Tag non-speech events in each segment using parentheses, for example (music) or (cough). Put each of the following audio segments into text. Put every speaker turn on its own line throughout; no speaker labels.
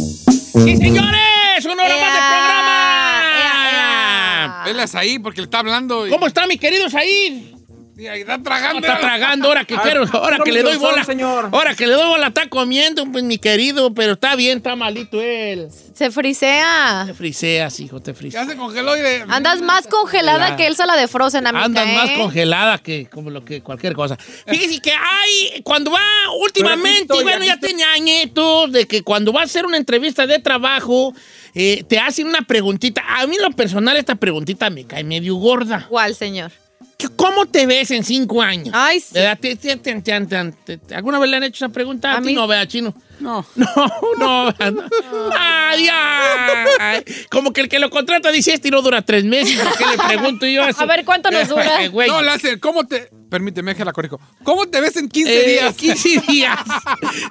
¡Sí, señores! ¡Una hora más de
Ea,
programa!
ea, ea.
Velas ahí porque le está hablando. y-
¿Cómo está, mi querido Said?
Y ahí está
No,
tragando.
está tragando, ahora que quiero, ahora que le doy bola. Ahora que le doy bola, está comiendo, pues, mi querido, pero está bien, está malito él.
Se frisea.
Te friseas, hijo, te
Ya
friseas.
se congeló y de...
Andas más congelada
La-
que Elsa la de Frozen, amiga.
Andas más
¿eh?
congelada que como lo que cualquier cosa. Fíjese que hay, cuando va, últimamente,
Pero aquí estoy,
bueno,
aquí
ya
estoy.
tenía añitos, de que cuando va a hacer una entrevista de trabajo, eh, te hacen una preguntita. A mí en lo personal esta preguntita me cae medio gorda.
¿Cuál, señor?
¿Qué- ¿Cómo te ves en cinco años?
Ay, Ah, sí.
¿Verdad? Te- te- te- te- te- te- te- ¿Alguna vez le han hecho esa pregunta?
A
A ti
mí-
no, vea, chino.
No.
No, (laughs) no, vea, no. Ay, ay. Como que el que lo contrata dice, este no dura tres meses. ¿Por qué le pregunto yo así?
A ver, ¿cuánto nos dura?
Eh, güey.
No, Láser, ¿cómo te...? Permíteme que la corrijo. ¿Cómo te ves en 15
Eh,
días? (laughs)
15 días.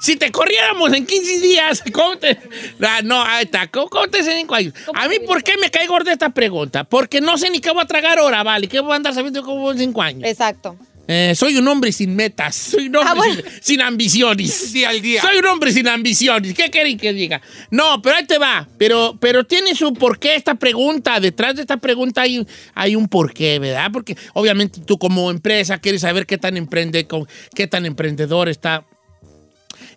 si te corriéramos en 15 días, ¿cómo te.? Ah, no, ahí está. ¿Cómo, cómo te hacen en cuayos? A mí, ¿por qué me cae gorda esta pregunta? Porque no sé ni qué voy a tragar ahora, vale. ¿Qué voy a andar sabiendo cómo voy en 5 años?
Exacto.
Eh, soy un hombre sin metas. Soy un hombre
Ah, bueno.
sin, sin ambiciones.
Sí, al día.
Soy un hombre sin ambiciones. ¿Qué quieren que diga? No, pero ahí te va. Pero, pero tiene su porqué esta pregunta. Detrás de esta pregunta hay, hay un porqué, ¿verdad? Porque obviamente tú como empresa quieres saber qué tan emprende, con, qué tan emprendedor está.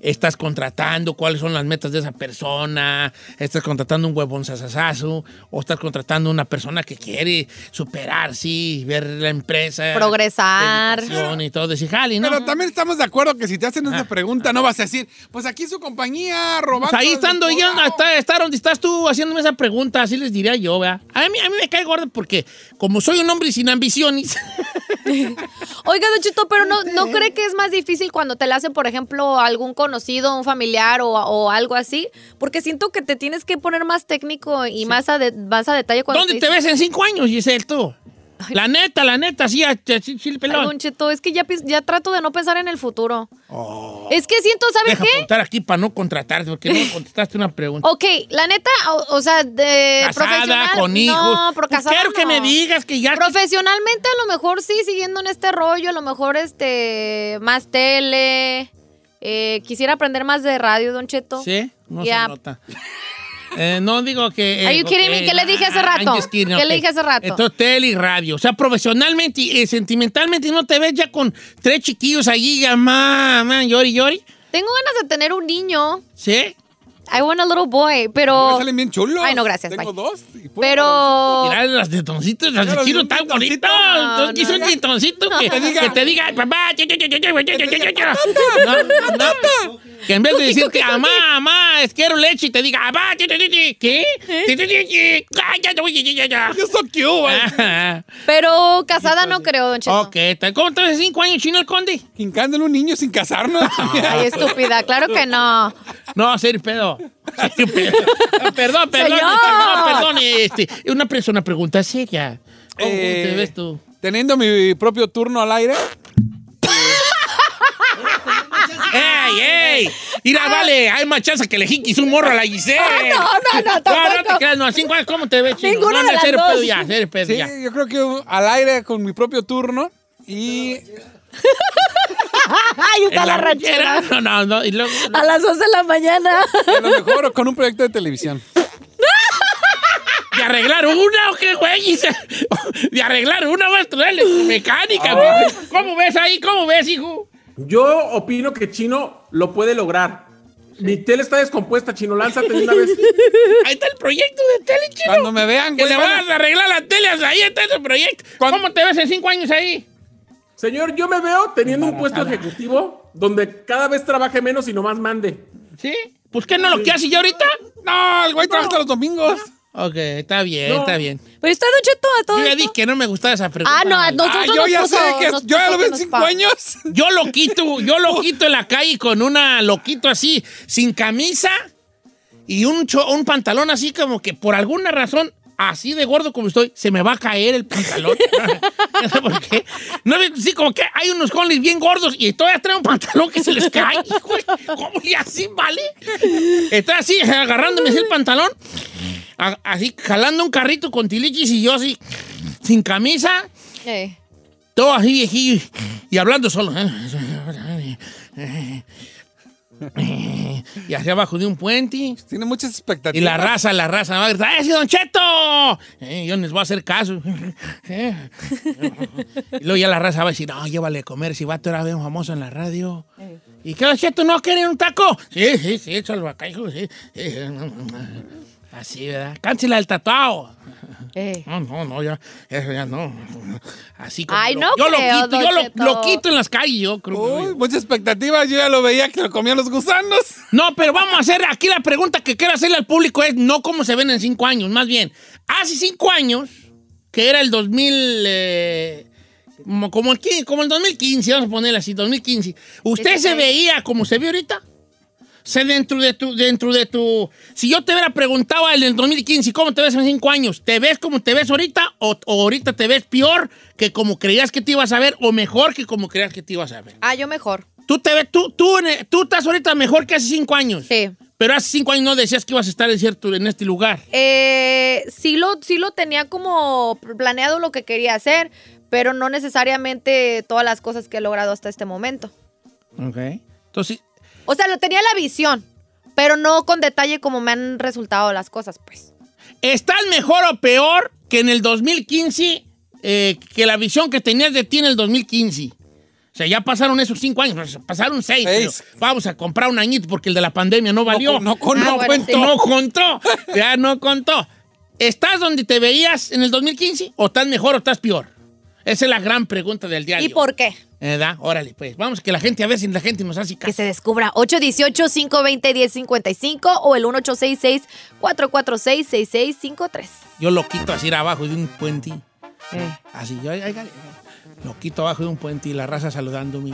Estás contratando, cuáles son las metas de esa persona, estás contratando un huevón sasasazo, o estás contratando una persona que quiere superarse y ver la empresa.
Progresar.
dedicación Y todo, decir, jali, ¿no?
Pero también estamos de acuerdo que si te hacen esa
Ah.
pregunta, no vas a decir, pues aquí su compañía robando.
Pues ahí estando
desde
yo,
todo lado".
hasta estar donde estás tú haciéndome esa pregunta, así les diría yo, ¿verdad? A mí, a mí me cae gorda porque como soy un hombre sin ambiciones, (laughs)
Oiga, Don Chito, pero no, ¿no cree que es más difícil cuando te la hace, por ejemplo, algún conocido, un familiar o, o algo así? Porque siento que te tienes que poner más técnico y más, a de- más a detalle cuando
¿dónde te
dicen,
ves en cinco años, Giselle, tú?
Ay.
La neta, la neta, sí, sí, sí, el
"Ay, Don
pelón.
Chito, es que ya, pienso- ya trato de no pensar en el futuro. Es que siento, ¿sabe
Oh. Deja
qué?
apuntar aquí para no contratarte, porque
(laughs)
no me contestaste una pregunta.
Ok, la neta, o, o sea, de
casada,
profesional.
con hijos.
No, pero
Pues
casada
quiero que
no.
me digas que ya...
Profesionalmente, a lo mejor sí, siguiendo en este rollo, a lo mejor este más tele. eh, quisiera aprender más de radio, Don Cheto.
Sí, no
Ya.
se nota. Eh, no digo que. eh,
Are you kidding me?
ok,
¿Qué le dije hace
ah,
rato?
I'm just kidding,
¿Qué le
ok.
dije hace rato?
Entonces, tele y radio. O sea, profesionalmente y eh, sentimentalmente, ¿no te ves ya con tres chiquillos allí, ya, mamá, llori, llori?
Tengo ganas de tener un niño.
¿Sí?
I want a little boy,
Me
pero.
salen bien chulos.
Ay, no, gracias,
Tengo
bye.
dos. y puro
Pero.
Mirá, las de toncitos, las
Ya
de
los
chino
vi un
tan
toncito.
bonitos.
Oh. No,
Entonces,
no,
quiso
no.
un tintoncito que,
Que
diga-
que te diga, "Ay, papá, yo, yo, yo, yo, yo, yo, yo, yo, yo, yo, yo". No, no. Que en vez de decirte, mamá, mamá, es quiero leche, y te diga, papá, yo, yo, yo, yo,
¿Eh?
¿qué? Yo, yo, yo, yo, ay, ya, ya, ya, ya, ya, ya.
Yo soy cute, güey.
Ajá.
Pero casada pues. no creo, Don Cheto.
Ah, Ok, ¿te- ¿cómo estás de cinco años, Chino el Conde?
Quincándole un niño sin casarnos.
(laughs)
Ay, estúpida, claro que no.
No, serio, pedo. Serio,
(laughs)
pedo. Perdón, perdón.
Señor.
No, perdón. Este, una persona pregunta seria. ¿Cómo
Eh,
te ves tú?
Teniendo mi propio turno al aire.
Ah,
¡Ey, ey! Mira, vale, hay más chance que le jiquis un morro a la Giselle.
Ah, no, no, no,
No, no
tampoco.
te creas, no. a Cinco años, ¿cómo te ves, Chino?
Ninguna
no,
de
no,
las
serio,
dos.
pedo ya, serio, pedo
Sí,
ya.
yo creo que uh, al aire con mi propio turno. Y
Ay,
¿En
está la ranchera.
ranchera? No, no, no. Y luego,
A las 2 de la mañana.
a lo mejor con un proyecto de televisión.
¿De arreglar una o qué, güey? Giselle? (laughs) ¿De arreglar una vas a traer mecánica,
Ah.
güey? ¿Cómo ves ahí? ¿Cómo ves, hijo?
Yo opino que Chino lo puede lograr. Mi tele está descompuesta, Chino, lánzate de una vez. (laughs)
Ahí está el proyecto de tele, chino.
Cuando me vean,
Que
güey.
le
van
vas a arreglar las teles, ahí está ese proyecto. ¿Cómo te ves en cinco años ahí?
Señor, yo me veo teniendo un puesto ejecutivo donde cada vez trabaje menos y nomás mande.
¿Sí? ¿Pues qué no lo que haces ya ahorita?
No, el güey trabaja hasta los domingos.
Ok, está bien,
No.
está bien.
Pero está Don Cheto a todo.
Yo ya
esto.
dije que no me gustaba esa pregunta.
Ah, no, a nosotros
Ah, yo
nos
ya
puso-
sé que
nos
yo ya
puso
lo veo en
nos
cinco
pa-
años.
Yo lo quito, yo lo quito en la calle con una, lo quito así, sin camisa y un, cho- un pantalón así como que por alguna razón, así de gordo como estoy, se me va a caer el pantalón. (laughs) no sé por qué. No, sí, como que hay unos conlis bien gordos y todavía traen un pantalón que se les cae. Hijo, ¿Cómo y así, vale? Está así, agarrándome así el pantalón, a- así, jalando un carrito con tilichis y yo así, sin camisa.
Eh.
Todo así viejillo y hablando solo. ¿eh? y hacia abajo de un puente.
Tiene muchas
Y
expectativas.
la raza, la raza, va a gritar, ¡Ese Don Cheto! Eh, yo no les voy a hacer caso. Eh. y luego ya la raza va a decir, no, llévale a comer, si vato era bien famoso en la radio. ¿Y qué Don Cheto no quiere un taco? Sí, sí, sí, échalo acá, hijo, sí. sí. Así, ¿verdad? Cáncela el tatuado.
Eh.
No, no, no, ya, eso ya no. Así como
Ay,
lo-
no
yo
creo,
lo quito,
Don
yo lo-
Cheto.
lo, quito en las calles, yo creo. que-
Uy, muchas expectativas. Yo ya lo veía que lo comían los gusanos.
No, pero vamos a hacer aquí la pregunta que quiero hacerle al público es no cómo se ven en cinco años, más bien, hace cinco años, que era el 2000, eh, como, como el, qui- como el 2015, vamos a ponerle así, 2015, ¿usted
Ese
se
fue.
veía como se ve ahorita? Se dentro de tu, dentro de tu, si yo te hubiera preguntado en el 2015, ¿cómo te ves en cinco años? ¿Te ves como te ves ahorita o, o ahorita te ves peor que como creías que te ibas a ver o mejor que como creías que te ibas a ver?
Ah, yo mejor.
Tú te ves, tú, tú, en el- tú estás ahorita mejor que hace cinco años.
Sí.
Pero hace cinco años no decías que ibas a estar en, cierto, en este lugar.
Eh, sí, lo, sí lo tenía como planeado lo que quería hacer, pero no necesariamente todas las cosas que he logrado hasta este momento.
Ok. Entonces,
O sea, lo tenía la visión, pero no con detalle como me han resultado las cosas, pues.
¿estás mejor o peor que en el 2015, eh, que la visión que tenías de ti en el 2015? O sea, ya pasaron esos cinco años, pues, pasaron seis.
Seis.
pero vamos a comprar un añito porque el de la pandemia no valió.
no con-
Ah, bueno,
cuento.
sí.
No contó. Ya no contó. ¿Estás donde te veías en el 2015 o estás mejor o estás peor? Esa es la gran pregunta del diario.
¿Y por qué?
¿Verdad? Órale, pues. Vamos, que la gente, a ver si la gente nos hace
Que
caso.
se descubra 818-520-1055 o el 1866-446-6653.
Yo lo quito así abajo de un puente.
Eh.
Así, yo, ay, ay, ay, lo quito abajo de un puente y la raza saludándome.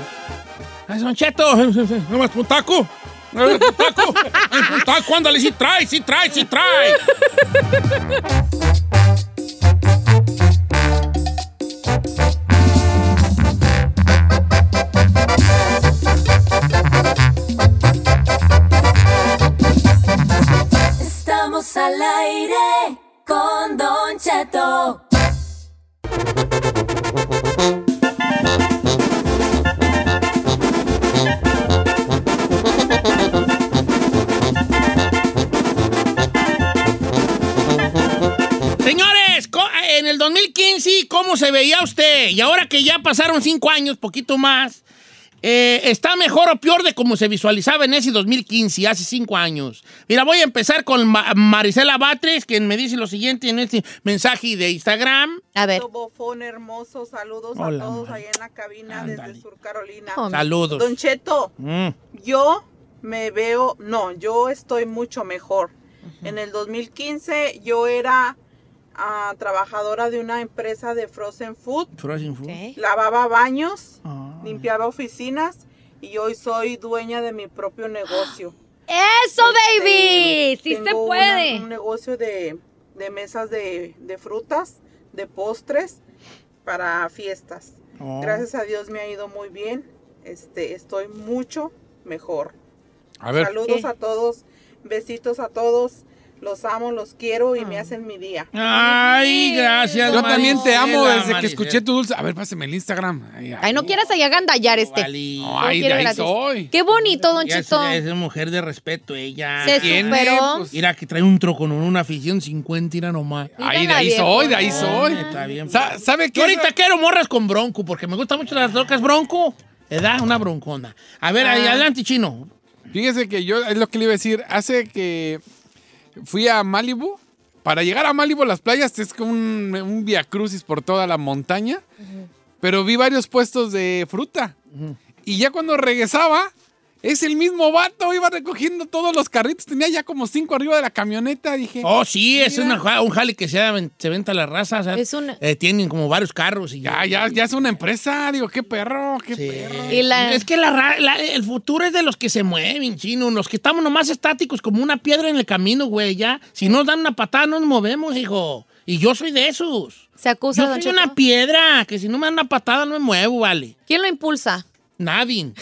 ¡Ay, Don Cheto! eh, ¡No más un taco! ¡No más un taco! ¡Un taco! ¡Ándale, sí trae, sí trae, sí trae!
Estamos al aire con Don Cheto.
Señores, co- en el 2015, ¿cómo se veía usted? Y ahora que ya pasaron cinco años, poquito más, eh, ¿está mejor o peor de cómo se visualizaba en ese 2015, hace cinco años? Mira, voy a empezar con Ma- Marisela Batres, quien me dice lo siguiente en este mensaje de Instagram.
A ver.
Bofón hermoso, saludos
Hola,
a todos
Mari.
allá en la cabina
Ándale.
desde Sur Carolina.
Oh,
Saludos.
Don Cheto,
Mm.
yo me veo, no, yo estoy mucho mejor. En el 2015 yo era ah, trabajadora de una empresa de frozen food,
Frozen Fruit.
ok.
lavaba baños,
Ah.
limpiaba oficinas y hoy soy dueña de mi propio negocio.
¡Eso, baby! ¡Sí se
Tengo una-
puede!
un negocio de, de mesas de, de frutas, de postres para fiestas.
Oh.
Gracias a Dios me ha ido muy bien. Este, estoy mucho mejor.
A ver.
Saludos
Sí.
a todos, besitos a todos. Los amo, los quiero
Ah.
y me hacen mi día.
Ay, gracias.
Yo también te amo
Marisela,
desde que
Marisela.
escuché tu dulce. A ver, pásame el Instagram. Ay,
Ay, no quieras allá gandallar este.
Vale.
No, ay, de
quiero
ahí
gratis.
soy.
Qué bonito, Don
Ya es,
Chito.
ya es mujer de respeto ella.
Se
Tiene,
superó.
pues,
Mira, que trae un troco, no, una afición 50, era nomás.
Ay, de
Mírala,
ahí
viejo.
soy, de ahí soy.
Ah, Está bien.
Sa- ¿Sabe qué?
Yo ahorita quiero morras con bronco, porque me gustan mucho las rocas bronco. ¿Edad? Una broncona. A ver,
Ah.
ahí, adelante, chino.
Fíjese que yo, es lo que le iba a decir, hace que fui a Malibu. Para llegar a Malibu, las playas es como un, un via crucis por toda la montaña. Pero vi varios puestos de fruta. Y ya cuando regresaba, es el mismo vato, iba recogiendo todos los carritos. Tenía ya como cinco arriba de la camioneta. Dije,
Oh, sí, es
Mira.
una, ja- un jale que se, aven- se venta la raza. o sea,
Es una-
eh, tienen como varios carros y
ya, ya, ya es una empresa. Digo, qué perro, qué
Sí.
perro.
Y la-
Eh, Es que la ra- la- el futuro es de los que se mueven, chino. Los que estamos nomás estáticos como una piedra en el camino, güey. Ya, si nos dan una patada, no nos movemos, hijo. Y yo soy de esos.
Se acusa,
yo
Don
soy
Cheto.
una piedra, que si no me dan una patada, no me muevo, vale.
¿Quién lo impulsa? (laughs)
Nadie.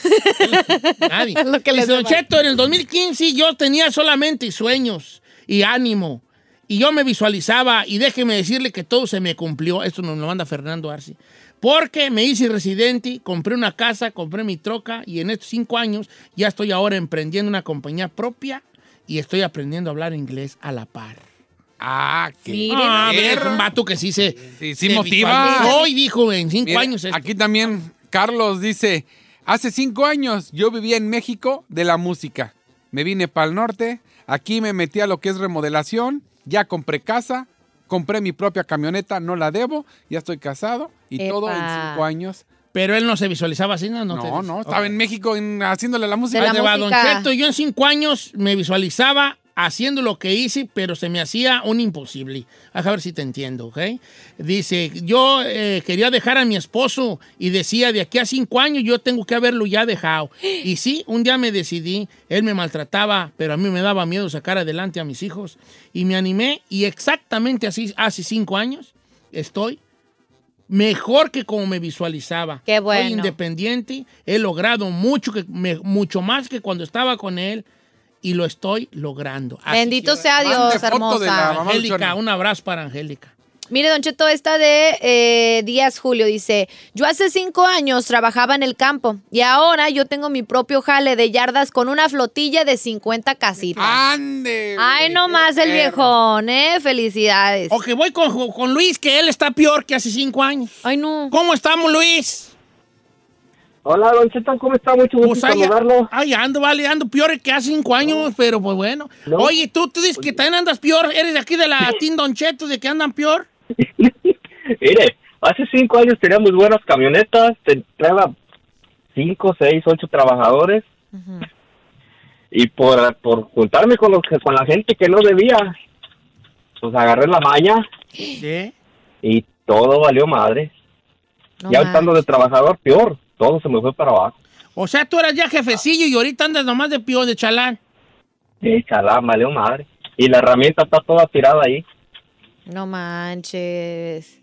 Nadie.
Es lo que les
Dice, Don
va.
Cheto, en el 2015 yo tenía solamente sueños y ánimo. Y yo me visualizaba, y déjeme decirle que todo se me cumplió. Esto nos lo manda Fernando Arce. Porque me hice residente, compré una casa, compré mi troca y en estos cinco años ya estoy ahora emprendiendo una compañía propia y estoy aprendiendo a hablar inglés a la par.
Ah, qué
Miren.
Ah, a ver,
perro.
un vato que sí se...
Sí, sí
se
motiva.
visualizó y dijo en cinco
Mira,
años esto.
Aquí también Carlos dice, hace cinco años yo vivía en México de la música. Me vine para el norte, aquí me metí a lo que es remodelación, ya compré casa, compré mi propia camioneta, no la debo, ya estoy casado y
Epa.
todo en cinco años.
Pero él no se visualizaba así, ¿no?
No,
te-
no, estaba
Ok.
en México en- haciéndole la música.
De la
Ahí te va, don
música.
Cheto, yo en cinco años me visualizaba haciendo lo que hice, pero se me hacía un imposible. A ver si te entiendo, ¿ok? Dice, yo eh, quería dejar a mi esposo y decía, de aquí a cinco años yo tengo que haberlo ya
(gasps)
dejado. Y sí, un día me decidí, él me maltrataba, pero a mí me daba miedo sacar adelante a mis hijos. Y me animé y exactamente así, hace cinco años, estoy mejor que como me visualizaba.
Qué bueno.
Soy independiente, he logrado mucho, que me- mucho más que cuando estaba con él y lo estoy logrando. Así
Bendito
que-
sea
Mande
Dios,
foto de la
hermosa.
mamá.
Angélica,
Luchona.
un abrazo para Angélica.
Mire, Don Cheto, esta de eh, Díaz Julio dice, yo hace cinco años trabajaba en el campo y ahora yo tengo mi propio jale de yardas con una flotilla de 50 casitas.
¡Ande!
Ay,
güey,
no
qué
más el
perro.
viejón, ¿eh? Felicidades.
Ok, voy con, con Luis, que él está peor que hace cinco años.
Ay, no.
¿Cómo estamos, Luis?
Hola, Don Cheto, ¿cómo está? Mucho gusto
Pues ahí,
saludarlo.
ahí ando, vale, ando peor que hace cinco años, pero pues bueno.
No.
Oye, tú, tú dices que también andas peor, eres de aquí de la Team Don Cheto, de que andan peor.
Mire, hace cinco años teníamos buenas camionetas, te- traía cinco, seis, ocho trabajadores. Y por, por juntarme con, los, que- con la gente que no debía, pues agarré la maña
Sí.
y todo valió madre.
no
ya
manches.
estando de trabajador, peor, todo se me fue para abajo.
O sea, tú eras ya jefecillo y ahorita andas nomás de peor, de chalán.
Échala, Eh, valió madre. Y la herramienta está toda tirada ahí.
No manches.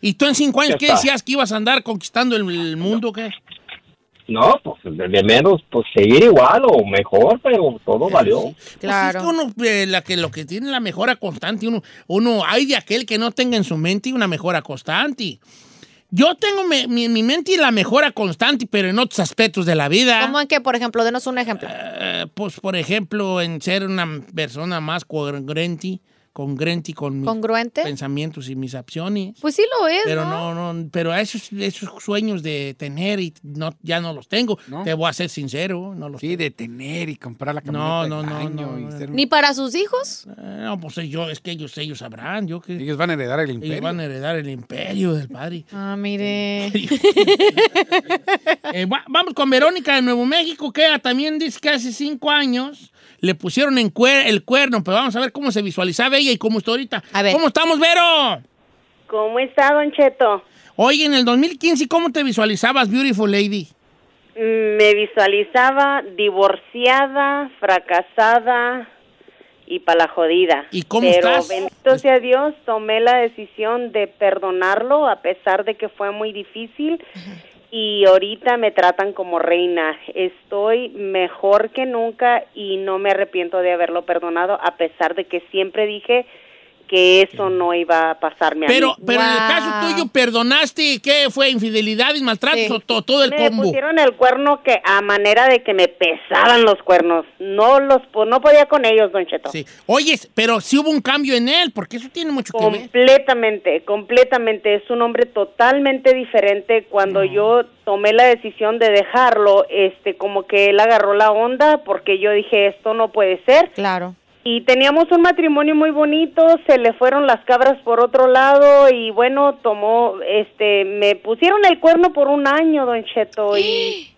¿Y tú en cinco años
Ya
qué
está.
decías que ibas a andar conquistando el, el mundo o qué?
No, pues de de menos, pues seguir igual o mejor, pero todo valió.
Sí. Pues
Claro.
es que uno, eh, la que, lo que tiene la mejora constante, uno, uno hay de aquel que no tenga en su mente una mejora constante. Yo tengo me- mi, mi mente y la mejora constante, pero en otros aspectos de la vida.
¿Cómo en qué, por ejemplo? Denos un ejemplo.
Eh, pues, por ejemplo, en ser una persona más congruente, congruente con mis
¿Congruente?
pensamientos y mis acciones.
Pues sí lo es,
Pero
¿no?
no, no, pero a esos, esos sueños de tener y no, ya no los tengo.
¿No?
Te voy a ser sincero, no los
Sí, de tener y comprar la camioneta
No,
del
no, no,
año
no,
y
no.
ser-
¿Ni para sus hijos?
tengo. Eh, no, pues yo, es que ellos, ellos sabrán, yo que
Ellos van a heredar el
ellos
imperio.
van a heredar el imperio del padre.
Ah, mire.
Eh, va- vamos con Verónica de Nuevo México, que ella también dice que hace cinco años le pusieron en cuer- el cuerno, pero vamos a ver cómo se visualizaba ella y cómo está ahorita.
A ver.
¿Cómo estamos, Vero?
¿Cómo está, Don Cheto?
Oye, en el 2015, ¿cómo te visualizabas, Beautiful Lady?
Mm, Me visualizaba divorciada, fracasada y para la jodida.
¿Y cómo
Pero
estás?
bendito sea Dios, tomé la decisión de perdonarlo a pesar de que fue muy difícil y ahorita me tratan como reina. Estoy mejor que nunca y no me arrepiento de haberlo perdonado a pesar de que siempre dije que eso no iba a pasarme a
Pero,
mí.
pero en el
Wow.
caso tuyo, ¿perdonaste qué fue? ¿Infidelidad y maltratos
Sí.
o to- todo el
me
combo?
pusieron el cuerno que a manera de que me pesaban los cuernos. No los po- no podía con ellos, Don Cheto.
Sí. Oye, pero sí hubo un cambio en él, porque eso tiene mucho que ver.
Completamente, completamente. Es un hombre totalmente diferente. Cuando yo tomé la decisión de dejarlo, este, como que él agarró la onda porque yo dije esto no puede ser.
(laughs) Claro.
Y teníamos un matrimonio muy bonito. Se le fueron las cabras por otro lado y bueno tomó, este, me pusieron el cuerno por un año, don Cheto y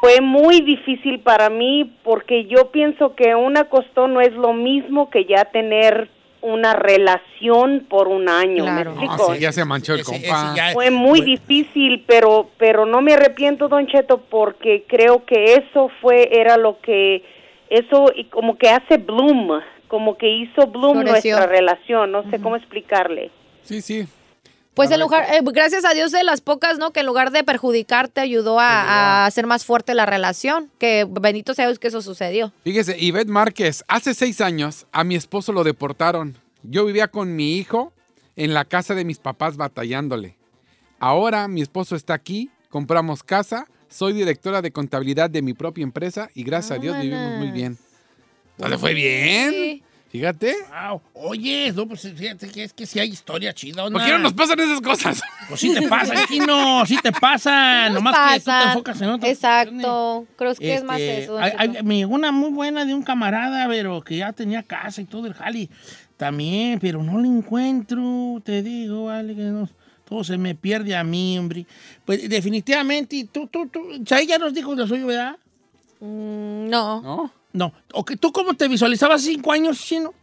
fue muy difícil para mí porque yo pienso que un acostón no es lo mismo que ya tener una relación por un año. ¿me
Claro.
explico?
Ah, sí, ya se manchó el
Ese- ese
compa.
ya-
Fue muy difícil, pero pero no me arrepiento, Don Cheto, porque creo que eso fue era lo que eso y como que hace bloom, como que hizo bloom
Floreció.
nuestra relación, no sé cómo explicarle.
Sí, sí.
Pues en lugar, eh, gracias a Dios de las pocas, ¿no? Que en lugar de perjudicarte ayudó a, a hacer más fuerte la relación. Que bendito sea Dios que eso sucedió.
Fíjese, Ivette Márquez, hace seis años a mi esposo lo deportaron. Yo vivía con mi hijo en la casa de mis papás batallándole. Ahora mi esposo está aquí, compramos casa, soy directora de contabilidad de mi propia empresa y gracias a Dios vivimos muy bien. ¿No
Pues
le fue bien?
Sí.
Fíjate.
Wow. Oye, no, pues fíjate que es que sí hay historia chida. ¿no?
¿Por qué no nos pasan esas cosas? (laughs)
Pues sí te pasa, Chino, sí te pasa. Ah, Nomás que tú te
Pasan.
enfocas en otra
Exacto. Creo que es más
Este,
eso. don
hay-
Cheto.
hay- me llegó una muy buena de un camarada, pero que ya tenía casa y todo el jali. También, pero no lo encuentro, te digo, vale, que no- todo se me pierde a mí, hombre. Pues definitivamente, y tú, tú, tú, Chay ya nos dijo lo suyo, ¿verdad?
Mm, no.
¿No?
No. ¿O que ¿Tú cómo te visualizabas cinco años, Chino?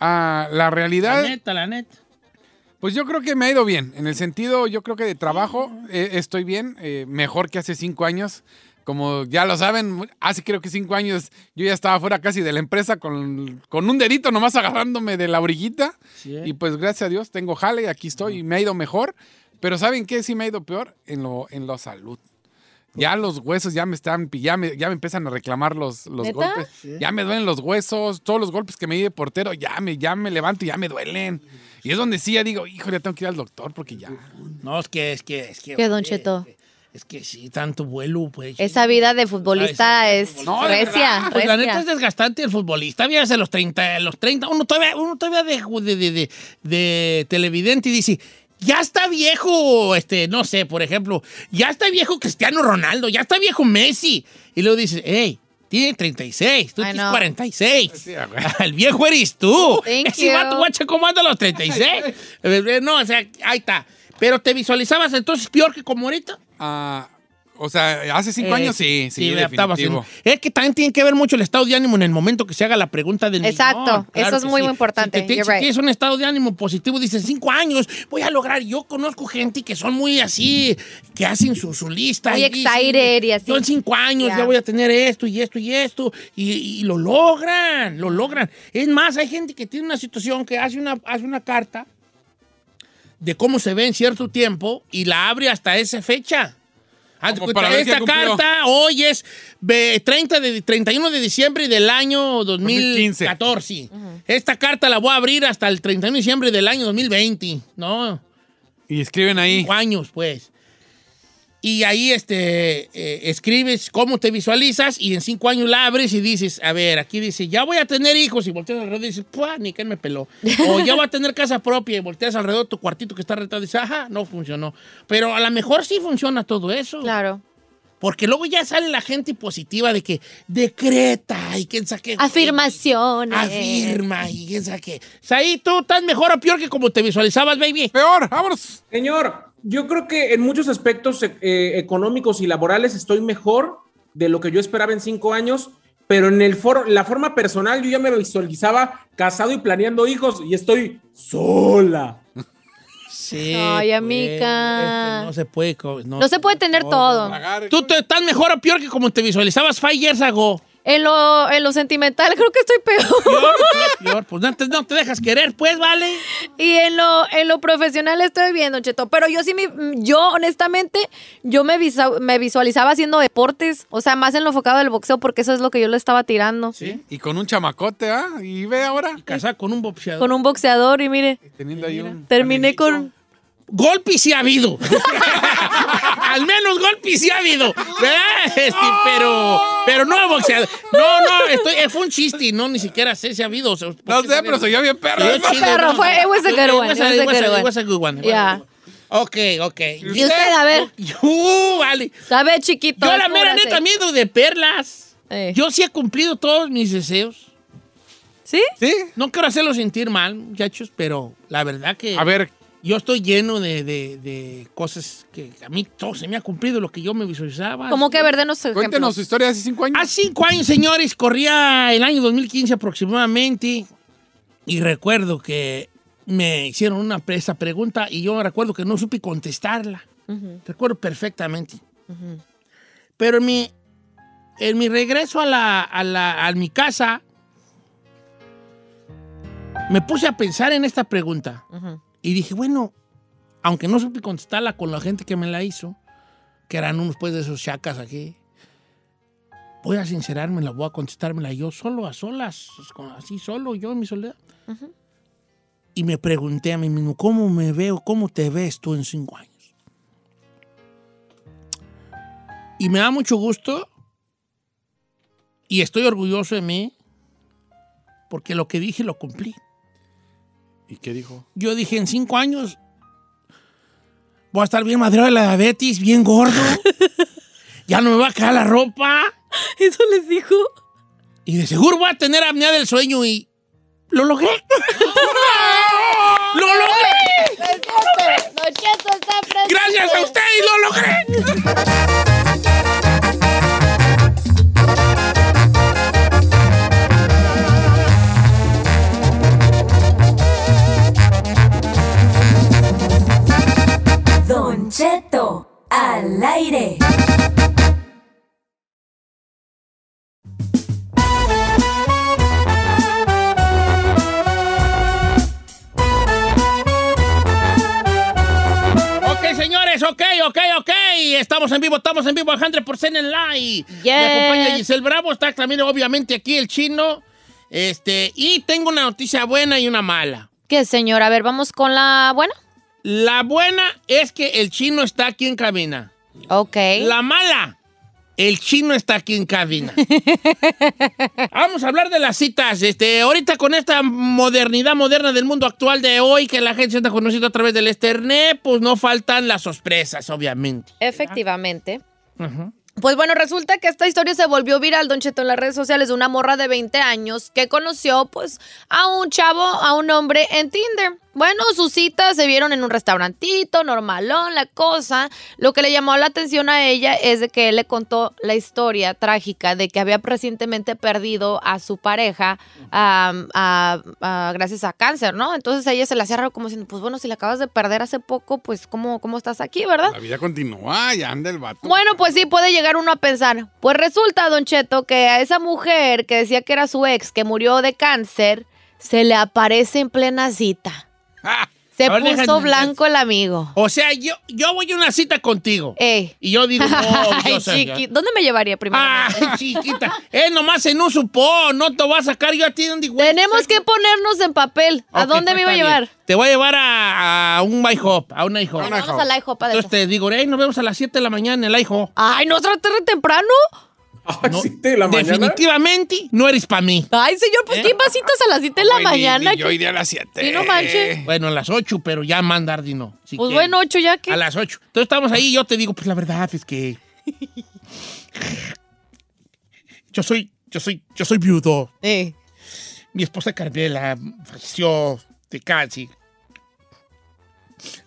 Ah, la
La
realidad,
neta, la neta.
pues yo creo que me ha ido bien. En el sentido, yo creo que de trabajo eh, estoy bien, eh, mejor que hace cinco años. Como ya lo saben, hace creo que cinco años yo ya estaba fuera casi de la empresa con, con un dedito nomás agarrándome de la orillita. Y pues gracias a Dios tengo jale, aquí estoy y me ha ido mejor. Pero ¿saben qué? Sí me ha ido peor en lo, en la salud. Ya los huesos ya me están, pi- ya me, ya me empiezan a reclamar los, los
¿Neta?
golpes. Ya me duelen los huesos, todos los golpes que me di de portero, ya me, ya me levanto y ya me duelen. Y es donde sí ya digo, híjole, tengo que ir al doctor porque ya.
No, es que, es que, es que.
¿Qué, don
oye,
Cheto?
Es que, es que sí, tanto vuelo, pues.
Esa vida de futbolista
Ay,
es
No, de
recia,
Pues la neta
recia.
es desgastante el futbolista. Fíjese, los 30, los 30, uno todavía, uno todavía de, de, de- de- de televidente y dice, ya está viejo, este, no sé, por ejemplo, ya está viejo Cristiano Ronaldo, ya está viejo Messi. Y luego dices, hey, tiene 36, tú
I
tienes
know.
46.
Sí, ah, güey.
(laughs) El viejo eres tú. (laughs)
Thank
Ese
you.
vato, guacha, ¿cómo anda a los
(laughs)
36? Eh, no, o sea, ahí está. Pero te visualizabas entonces peor que como ahorita.
Ah, o sea, hace cinco
Eh,
años sí, sí,
me estabas
definitivo.
en- Es que también tiene que ver mucho el estado de ánimo en el momento que se haga la pregunta del millón.
Exacto, eso es
que
muy, muy importante,
Si, te-
you're
si
right.
tienes un estado de ánimo positivo, dices, cinco años, voy a lograr. Yo conozco gente que son muy así, que hacen su, su lista.
Muy
y dicen,
excited y así.
Yo en cinco años
Ya.
ya voy a tener esto y esto y esto. Y, y lo logran, lo logran. Es más, hay gente que tiene una situación que hace una, hace una carta de cómo se ve en cierto tiempo y la abre hasta esa fecha. Haz de
Como
cuenta,
para ver si
esta
cumplió.
carta hoy es ve- 30 de, 31 de diciembre del año
2015.
2014. Esta carta la voy a abrir hasta el 31 de diciembre del año 2020. No,
Y escriben ahí.
cinco años, pues. Y ahí este, eh, escribes cómo te visualizas y en cinco años la abres y dices, a ver, aquí dice, ya voy a tener hijos y volteas alrededor y dices, ¡pua! Ni que me peló. O ya voy a tener casa propia y volteas alrededor tu cuartito que está retado y dices, ajá, no funcionó. Pero a lo mejor sí funciona todo eso.
Claro.
Porque luego ya sale la gente positiva de que decreta y quién saque.
Afirmaciones.
Afirma y quién saque. Saí, tú estás mejor o peor que como te visualizabas, baby.
Peor, vámonos.
Señor, yo creo que en muchos aspectos eh, eh, económicos y laborales estoy mejor de lo que yo esperaba en cinco años, pero en el foro, la forma personal yo ya me visualizaba casado y planeando hijos y estoy sola.
Sí.
Ay,
pues,
amiga.
es que no se puede. co- No,
No se puede tener todo.
¿Tú te, estás mejor o peor que como te visualizabas five years ago?
(laughs) En lo, en lo sentimental creo que estoy peor.
Peor, peor, peor. Pues no te, no te dejas querer, pues, ¿vale?
Y en lo, en lo profesional estoy bien, Don Cheto. Pero yo sí, me, yo honestamente, yo me, visa- me visualizaba haciendo deportes. O sea, más en lo enfocado del boxeo porque eso es lo que yo le estaba tirando.
Sí, y con un chamacote, ¿ah? Y ve ahora.
Casar con un boxeador.
Con un boxeador y mire,
Teniendo ahí un.
terminé con...
canelito.
Golpes sí ha habido. (laughs) Al menos golpes sí ha habido. ¿Verdad? Este, pero, pero no boxeador. No, no, estoy, eh, fue un chiste. y No, ni siquiera sé si ha habido. o sea,
No sé, pero soy yo bien perro.
Quedó
¿no?
chido,
perro,
¿no?
fue- it was a good
It
one,
was
it was a
it was
good
a-
one.
it was a good one, it was a
Yeah.
good one. Ok, ok.
Y usted, a ver,
(laughs) Uh, vale.
sabe chiquito.
Yo la mera
descúbrase.
neta miedo de perlas.
Eh.
Yo sí he cumplido todos mis deseos.
¿Sí?
(laughs) Sí.
No quiero hacerlo sentir mal, muchachos, pero la verdad que
A ver,
yo estoy lleno de, de- de cosas que a mí todo se me ha cumplido lo que yo me visualizaba.
Como que verde no sé.
cuéntenos su historia de hace cinco años.
Hace Ah, cinco años, señores, corría el año 2015 aproximadamente y recuerdo que me hicieron una, esa pregunta y yo recuerdo que no supe contestarla. Recuerdo perfectamente. Pero en mi, en mi regreso a, la, a, la- a mi casa, me puse a pensar en esta pregunta. Y dije, bueno, aunque no supe contestarla con la gente que me la hizo, que eran unos pues de esos chacas aquí, voy a sincerarme, la voy a contestármela yo solo, a solas, con- así solo, yo en mi soledad. Y me pregunté a mí mismo, ¿cómo me veo, cómo te ves tú en cinco años? Y me da mucho gusto y estoy orgulloso de mí porque lo que dije lo cumplí.
¿Y qué dijo?
Yo dije, en cinco años voy a estar bien madreado de la diabetes, bien gordo.
(laughs)
ya no me va a caer la ropa.
(laughs) Eso les dijo.
Y de seguro voy a tener apnea del sueño y... ¡Lo
(laughs)
logré! ¡Lo logré!
Don Cheto está presente.
¡Gracias a usted y lo logré!
Don Cheto, al aire.
Ok, señores, ok, ok, ok. Estamos en vivo, estamos en vivo al 100% en live.
Yes.
Me acompaña Giselle Bravo, está también obviamente aquí el chino. Este, y tengo una noticia buena y una mala.
¿Qué, señor? A ver, vamos con la buena.
La buena es que el chino está aquí en cabina.
Ok.
La mala, el chino está aquí en
(laughs)
cabina. Vamos a hablar de las citas. Este, ahorita con esta modernidad moderna del mundo actual de hoy, que la gente se está conociendo a través del internet, pues no faltan las sorpresas, obviamente.
Efectivamente.
Ajá.
Pues bueno, resulta que esta historia se volvió viral, Don Cheto, en las redes sociales de una morra de 20 años que conoció, pues, a un chavo, a un hombre en Tinder. Bueno, sus citas se vieron en un restaurantito, normalón, la cosa. Lo que le llamó la atención a ella es de que él le contó la historia trágica de que había recientemente perdido a su pareja am, a- a- gracias a cáncer, ¿no? Entonces a ella se la hacía raro como diciendo, pues bueno, si la acabas de perder hace poco, pues, ¿cómo, cómo estás aquí, verdad?
La vida continúa, ya anda el vato.
Bueno, pues sí, puede llegar uno a pensar. Pues resulta, Don Cheto, que a esa mujer que decía que era su ex, que murió de cáncer, se le aparece en plena cita.
¡Ah!
Se
Ahora
puso
déjame-
blanco el amigo.
O sea, yo, yo voy a una cita contigo.
Ey.
Y yo digo, "Oh, no,
(laughs) Ay,
yo sé.
chiqui, ¿Dónde me llevaría primero?
Ah, (laughs) Ay, chiquita. Es nomás en un supón, no te voy a sacar yo a ti donde igual.
Tenemos que ponernos en papel. ¿A
Ok,
dónde
pues,
me iba a
está
llevar?
bien. Te voy a llevar a, a un IHOP, a un IHOP.
Bueno, vamos a la IHOP, padre.
Entonces te digo, hey, nos vemos a las 7 de la mañana en el IHOP.
Ay, ¿no traté re temprano?
(laughs) Ay, siete de la mañana.
Definitivamente no eres para mí.
Ay, señor, pues
¿Eh?
¿quién va a citas a las 7 de la
Ay, ni-
mañana?
ni yo iría a las 7.
Sí, no manches.
Bueno, a las 8, pero ya mandar dino. si
Pues
quieres.
bueno, ocho ya que...
A las 8. Entonces estamos ahí y yo te digo, pues la verdad es
(laughs)
que. Yo soy, yo soy, yo soy viudo.
Eh.
mi esposa Carmela falleció de cáncer.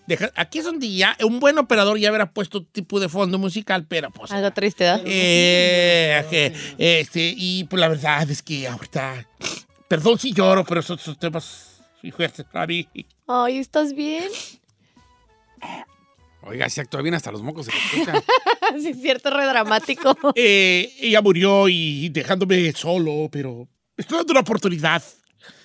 Deja- aquí es donde ya un buen operador ya hubiera puesto tipo de fondo musical, pero pues...
Algo triste, ¿verdad?
eh, que- este, y pues la verdad es que ahorita... Perdón si lloro, pero son, son temas muy fuertes para mí.
Ay, ¿estás bien? (laughs)
Oiga, si actúa bien hasta los mocos se le escuchan.
sí, es cierto, re dramático.
Eh, ella murió y dejándome solo, pero... Estoy dando una oportunidad,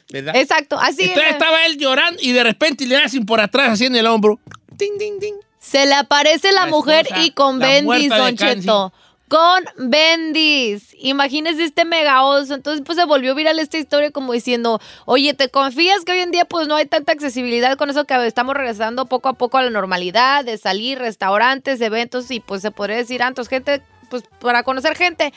¿verdad?
Exacto, así
Entonces
era.
estaba él llorando y de repente le hacen por atrás, así en el hombro. Ding, ding, ding.
Se le aparece la,
La
mujer
esposa,
y con
la
Bendis,
muerta de
Don
cáncer.
Cheto. Con Bendis. Imagínese este mega oso. Entonces, pues se volvió viral esta historia como diciendo, oye, ¿te confías que hoy en día pues no hay tanta accesibilidad con eso que estamos regresando poco a poco a la normalidad de salir, restaurantes, eventos y pues se podría decir antes, gente, pues para conocer gente?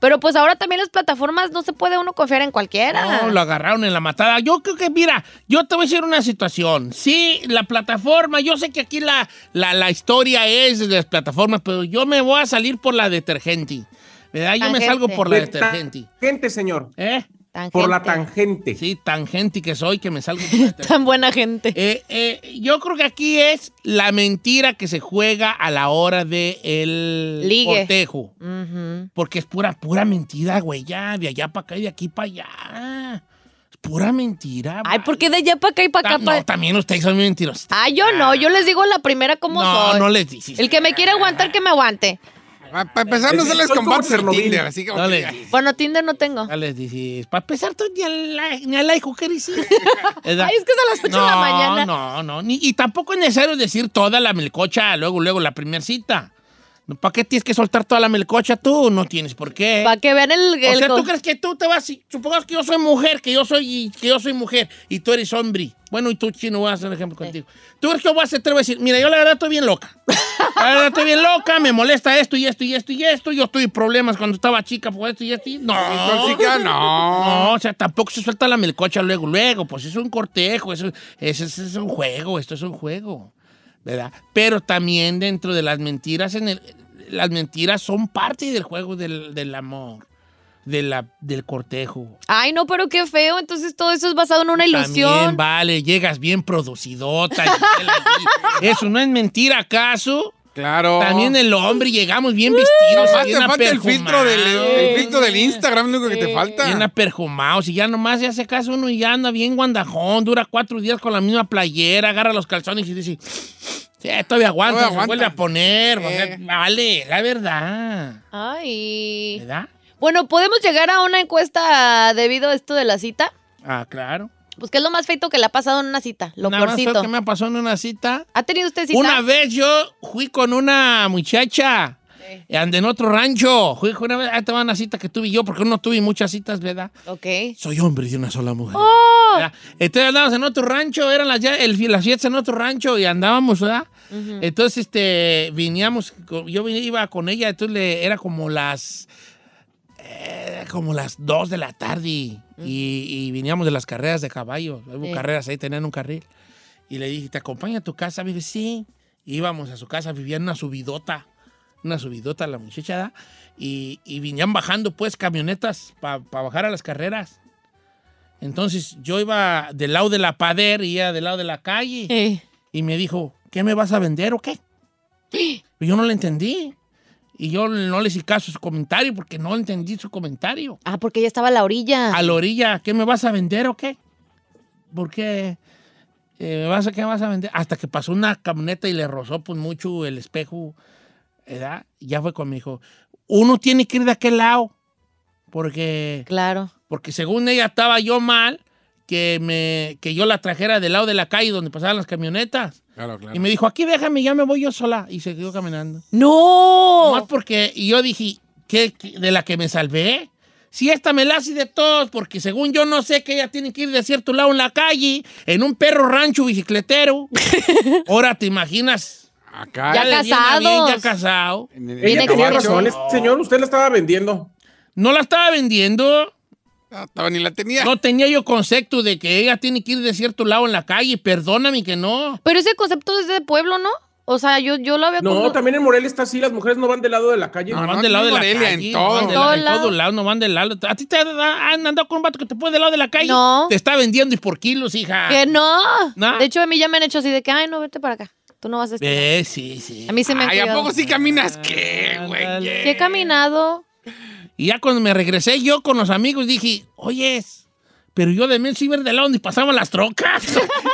Pero pues ahora también las plataformas no se puede uno confiar en cualquiera.
No, lo agarraron en la matada. Yo creo que, mira, yo te voy a decir una situación. Sí, la plataforma, yo sé que aquí la, la, la historia es de las plataformas, pero yo me voy a salir por la detergente. ¿Verdad? Yo me
Tangente.
salgo por la
De
detergente.
tangente, señor.
¿Eh?
Por la
gente.
tangente.
Sí, tan gente que soy que me salgo por la detergente.
Tan buena gente.
Eh, eh, yo creo que aquí es la mentira que se juega a la hora de el
Ligue.
cortejo.
Ujú.
Porque es pura, pura mentira, güey. Ya, de allá para acá y de aquí para allá. Es pura mentira.
Ay,
vale.
¿por qué de allá para acá y para
Ta-
acá? pa-
No, también ustedes son muy mentirosos. Ah.
Ay, Ah, yo no, yo les digo la primera como
no,
soy.
no les dices.
El que me quiere aguantar, que me aguante.
Para empezar, no
Soy
se les
como
combate en
Chernobyl.
Tinder, así que...
No les dices.
Bueno, Tinder no tengo.
No les dices. Para empezar, tú ni al, ni al hijo querés
(laughs)
ir. ¿Verdad?
Ay, es que es a las 8 de la mañana.
No, no, no. Ni- y tampoco es necesario decir toda la melcocha luego, luego, la primer cita. ¿Para qué tienes que soltar toda la melcocha tú? No tienes por qué.
Para que vean el.
O
el
sea,
con-
¿tú crees que tú te vas y supongamos que yo soy mujer, que yo soy que yo soy mujer y tú eres hombre? Bueno, y tú, chino, voy a hacer un ejemplo contigo. ¿Tú crees que yo voy a hacer te voy a decir, mira, yo la verdad estoy bien loca. La verdad estoy bien loca, me molesta esto y esto y esto y esto. Yo tuve problemas cuando estaba chica por esto y esto y no.
Tóxica, no.
No, o sea, tampoco se suelta la melcocha luego, luego, pues es un cortejo, eso, eso- eso es un juego, esto es un juego, ¿verdad? Pero también dentro de las mentiras, en el, las mentiras son parte del juego del, del amor, de la, del cortejo.
Ay, no, pero qué feo. Entonces todo eso es basado en una
También
ilusión.
vale, llegas bien (laughs) producidota. Gisela, sí. eso no es mentira, ¿acaso?
Claro.
También el hombre, llegamos bien vestidos.
Nomás
bien
te falta el filtro, del,
aperfumados.
el filtro del Instagram, lo único que te
Bien
falta.
aperjumados y ya nomás se hace caso uno y ya anda bien guandajón, dura cuatro días con la misma playera, agarra los calzones y dice, sí, todavía aguanta,
Todavía
se
aguanta.
vuelve a poner. o sea,
Eh.
vale, la verdad.
Ay.
¿Verdad?
Bueno, ¿podemos llegar a una encuesta debido a esto de la cita?
Ah, claro.
Pues, ¿qué es lo más feito que le ha pasado en una cita? Lo
Nada más
peorcito.
fue que me pasó en una cita.
¿Ha tenido usted cita?
Una vez yo fui con una muchacha. eh, Andé en otro rancho. Fui con una vez, ahí te va una cita que tuve yo, porque no tuve muchas citas, ¿verdad?
Ok.
Soy hombre de una sola mujer. ¿verdad? Entonces andábamos en otro rancho, eran las, ya- el- las fiestas en otro rancho y andábamos, ¿verdad? Entonces, este, veníamos, co- yo vi- iba con ella, entonces le- era como las, eh, como las 2 de la tarde y, y veníamos de las carreras de caballos, hubo
Sí.
carreras ahí, tenían un carril. Y le dije, ¿te acompaña a tu casa? Me dijo, sí. Íbamos a su casa, vivía en una subidota, una subidota la muchacha, ¿verdad? y, y venían bajando pues camionetas para bajar a las carreras. Entonces yo iba del lado de la pader y ella del lado de la calle
Eh.
y me dijo, ¿qué me vas a vender o qué? Y yo no le entendí. Y yo no le hice caso a su comentario porque no entendí su comentario.
Ah, porque ya estaba a la orilla.
A la orilla, ¿qué me vas a vender o qué? Porque eh, me vas a, ¿qué me vas a vender? Hasta que pasó una camioneta y le rozó pues mucho el espejo, ¿verdad? Y Ya fue conmigo. Uno tiene que ir de aquel lado porque
Claro.
porque según ella estaba yo mal que me que yo la trajera del lado de la calle donde pasaban las camionetas.
Claro,
Y
claro.
me dijo, "Aquí déjame, ya me voy yo sola." Y siguió caminando.
¡No!
Más porque y yo dije, ¿qué, qué- de la que me salvé? Si esta me la hace de todos, porque según yo no sé que ella tiene que ir de cierto lado en la calle, en un perro rancho
(laughs)
bicicletero. Ahora te imaginas.
Acá.
Ya
le viene a Ah, bien,
casados.
ya casado.
en el-
Ella
en el
tenía
caballo.
razón, este señor, usted la estaba vendiendo.
No la estaba vendiendo.
No, estaba Ah, ni la tenía.
No tenía yo concepto de que ella tiene que ir de cierto lado en la calle. Perdóname que no.
Pero ese concepto es de pueblo, ¿no? O sea, yo, yo lo había
No,
como-
también en Morelia está así, las mujeres no van del lado de la calle.
No,
No,
van
no,
del lado de
en
la
Morelia,
calle.
en
no van
todo.
del- En
En todo
todo lado, no van del lado. ¿A ti te han andado ah, con un vato que te pone del lado de la calle?
No.
Te está vendiendo y por kilos, hija.
Que no.
Ah. No.
De hecho, a mí ya me han hecho así de que, ay, no, vete para acá. Tú no vas a estar.
Eh, sí, sí.
A mí se me ha
Ay, ¿a
cuidado.
poco sí
Ah,
caminas? ¿Qué, güey?
Ándale.
Sí he caminado.
Y ya cuando me regresé yo con los amigos dije, oyes, pero yo de mil ciber de lado donde pasaban las trocas. (laughs)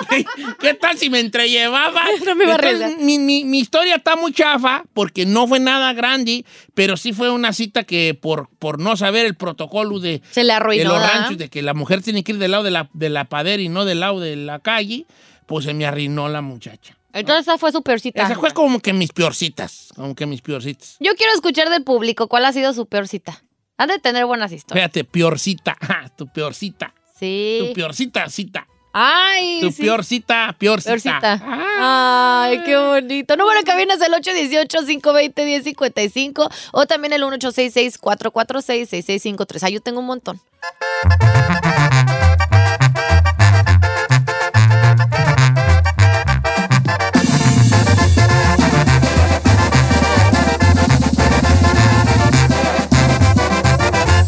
¿Qué tal si me entrellevaba?
(laughs) No me iba a
Entonces,
arriesgar.
mi, mi- mi historia está muy chafa porque no fue nada grande, pero sí fue una cita que por, por no saber el protocolo de,
Se le
de
arruinó.
los
¿verdad?
ranchos, de que la mujer tiene que ir del lado de la, de la padera y no del lado de la calle, pues se me arruinó la muchacha.
Entonces esa fue su peor cita.
Esa fue como que mis peorcitas, como que mis peorcitas.
Yo quiero escuchar del público cuál ha sido su peor cita. Han de tener buenas historias.
Fíjate, peorcita, (laughs) ja, tu peorcita, tu
Sí.
peorcita, cita.
Ay,
Tu
sí.
peor cita, peor cita.
Peor cita.
Ah.
Ay, qué bonito. Número que viene es el 818-520-1055 o también el 1866-446-6653. Ay, yo tengo un montón.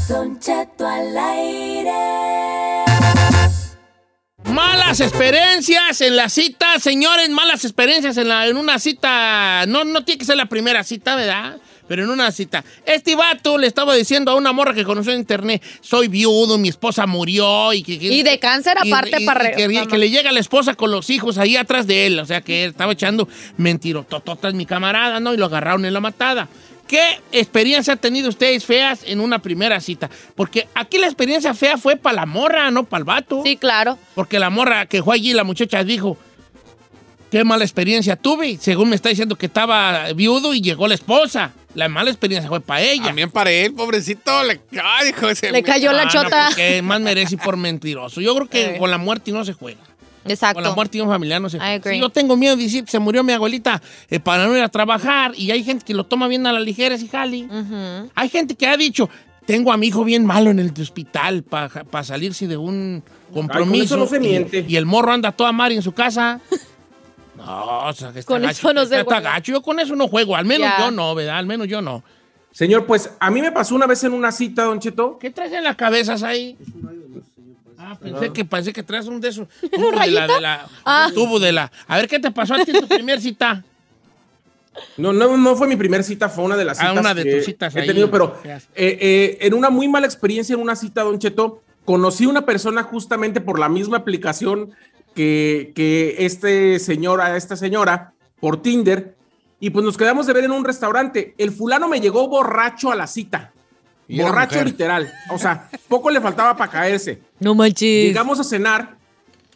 Don Cheto al aire.
Malas experiencias en la cita, señores, malas experiencias en, la, en una cita. No, no tiene que ser la primera cita, ¿verdad? Pero en una cita. Este vato le estaba diciendo a una morra que conoció en internet, soy viudo, mi esposa murió y que... que-
Y de cáncer
y-
aparte
y-
para...
y que, que le llega la esposa con los hijos ahí atrás de él. O sea que estaba echando mentirotototas mi camarada, ¿no? Y lo agarraron en la matada. ¿Qué experiencia han tenido ustedes feas en una primera cita? Porque aquí la experiencia fea fue para la morra, no para el vato.
Sí, claro.
Porque la morra que fue allí, la muchacha dijo, qué mala experiencia tuve. Según me está diciendo que estaba viudo y llegó la esposa. La mala experiencia fue para ella.
Ah, También para él, pobrecito. Le, ay, hijo de ese-
Le cayó la
Ah, no,
chota.
porque más merece por mentiroso. Yo creo que
(laughs) Eh.
con la muerte no se juega. Con la
Exacto.
muerte de un familiar no se
I
juega.
agree.
Si yo tengo miedo de decir, se murió mi abuelita eh, para no ir a trabajar y hay gente que lo toma bien a la ligera, y jali.
Mm. Ujú.
Hay gente que ha dicho, tengo a mi hijo bien malo en el hospital para salirse de un compromiso.
eso no se
y-
miente.
Y, el morro anda toda madre en su
(laughs)
casa. No, o sea, que está
Con
gacho,
eso no se
está- está
juega.
gacho. Yo con eso no juego. Al menos
Ya.
yo no, ¿verdad? Al menos yo no.
Señor, pues a mí me pasó una vez en una cita, don Cheto.
¿Qué traes en las cabezas ahí? Ah, pensé que, pensé que traes un de
(laughs)
esos. tubo de la,
¿Rayita?
de la-
Ah.
un tubo de la. A ver, ¿qué te pasó a ti en tu primer cita?
No, no, no fue mi primera cita, fue una de las
Ah,
citas.
una de
que
tus citas
He
ahí.
tenido, pero
Ya.
eh, eh, en una muy mala experiencia, en una cita, Don Cheto, conocí una persona justamente por la misma aplicación que, que este señor, a esta señora, por Tinder, y pues nos quedamos de ver en un restaurante. El fulano me llegó borracho a la cita.
Y era
Borracho
mujer.
literal. O sea, poco le faltaba para caerse.
No manches.
Llegamos a cenar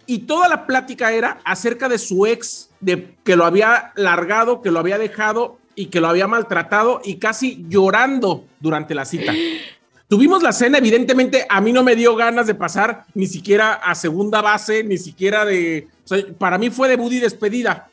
y toda la plática era acerca de su ex, de que lo había largado, que lo había dejado y que lo había maltratado y casi llorando durante
(gasps)
la cita. Tuvimos la cena, evidentemente a mí no me dio ganas de pasar ni siquiera a segunda base, ni siquiera de... o sea, para mí fue debut y despedida.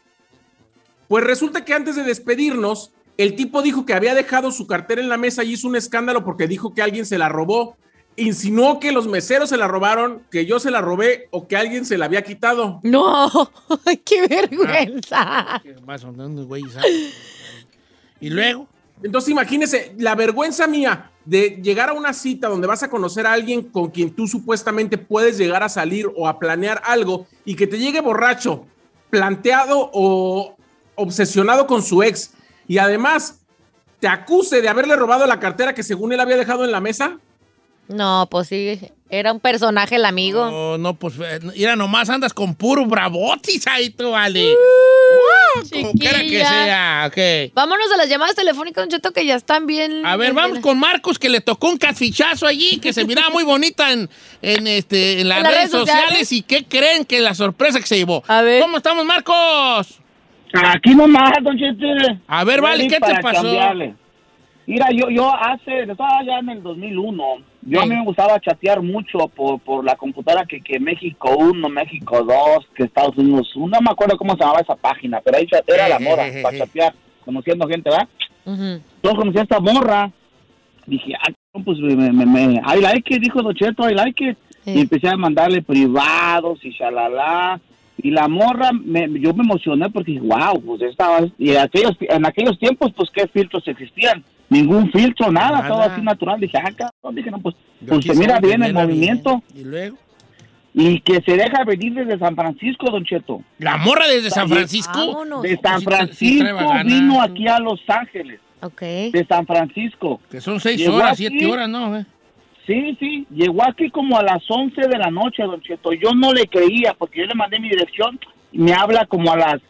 Pues resulta que antes de despedirnos, el tipo dijo que había dejado su cartera en la mesa y hizo un escándalo porque dijo que alguien se la robó. Insinuó que los meseros se la robaron, que yo se la robé o que alguien se la había quitado.
No, (laughs) qué (laughs) vergüenza.
Ah, Que vas andando, güey, ¿sabes? Y luego,
Entonces imagínese la vergüenza mía de llegar a una cita donde vas a conocer a alguien con quien tú supuestamente puedes llegar a salir o a planear algo y que te llegue borracho, planteado o obsesionado con su ex y además te acuse de haberle robado la cartera que según él había dejado en la mesa.
No, pues sí, era un personaje el amigo.
no, no, pues, eh, mira, nomás andas con puro bravotis ahí, tú, vale. Como quiera que
chiquilla.
sea, ok.
Vámonos a las llamadas telefónicas, Don Cheto, que ya están bien.
A ver, vamos con Marcos, que le tocó un catfichazo allí, que se miraba muy bonita en, en, este, en las redes, sociales. ¿Y qué creen que la sorpresa que se llevó?
A ver.
¿Cómo estamos, Marcos?
Aquí nomás, don Chete.
A ver, Vale, ¿qué te
Para
pasó?
cambiarle. Mira, yo, yo hace, estaba allá en el 2001, yo a mí me gustaba chatear mucho por, por la computadora que, que México 1, México 2, que Estados Unidos 1, no me acuerdo cómo se llamaba esa página, pero ahí chat- era la
Eh,
moda
eh, eh,
para
eh.
chatear, conociendo gente, ¿verdad?
Ujú.
Yo conocí a esta morra, dije, ah, cabrón, pues me, me, me, I like it, dijo Docheto, I like it.
Sí.
Y empecé a mandarle privados y shalala. Y la morra, me, yo me emocioné porque dije, wow, pues estaba. Y en aquellos, en aquellos tiempos, pues, ¿qué filtros existían? Ningún filtro, nada,
Nada.
todo así natural. Dije, ah, cabrón, dije, no, pues,
Yo
pues
aquí
se mira
soy,
bien
me
el
mira bien.
movimiento.
Y luego.
Y que se deja venir desde San Francisco, Don Cheto.
La morra desde San Francisco.
Vámonos.
De San
sí trae- sí trae
Francisco
ganas.
vino aquí a Los Ángeles,
Ok.
de San Francisco.
Que son seis
Llegó
horas,
aquí.
siete horas, ¿no? eh?
Sí, sí, llegó aquí como a las 11 de la noche, don Cheto. Yo no le creía porque yo le mandé mi dirección y me habla como a las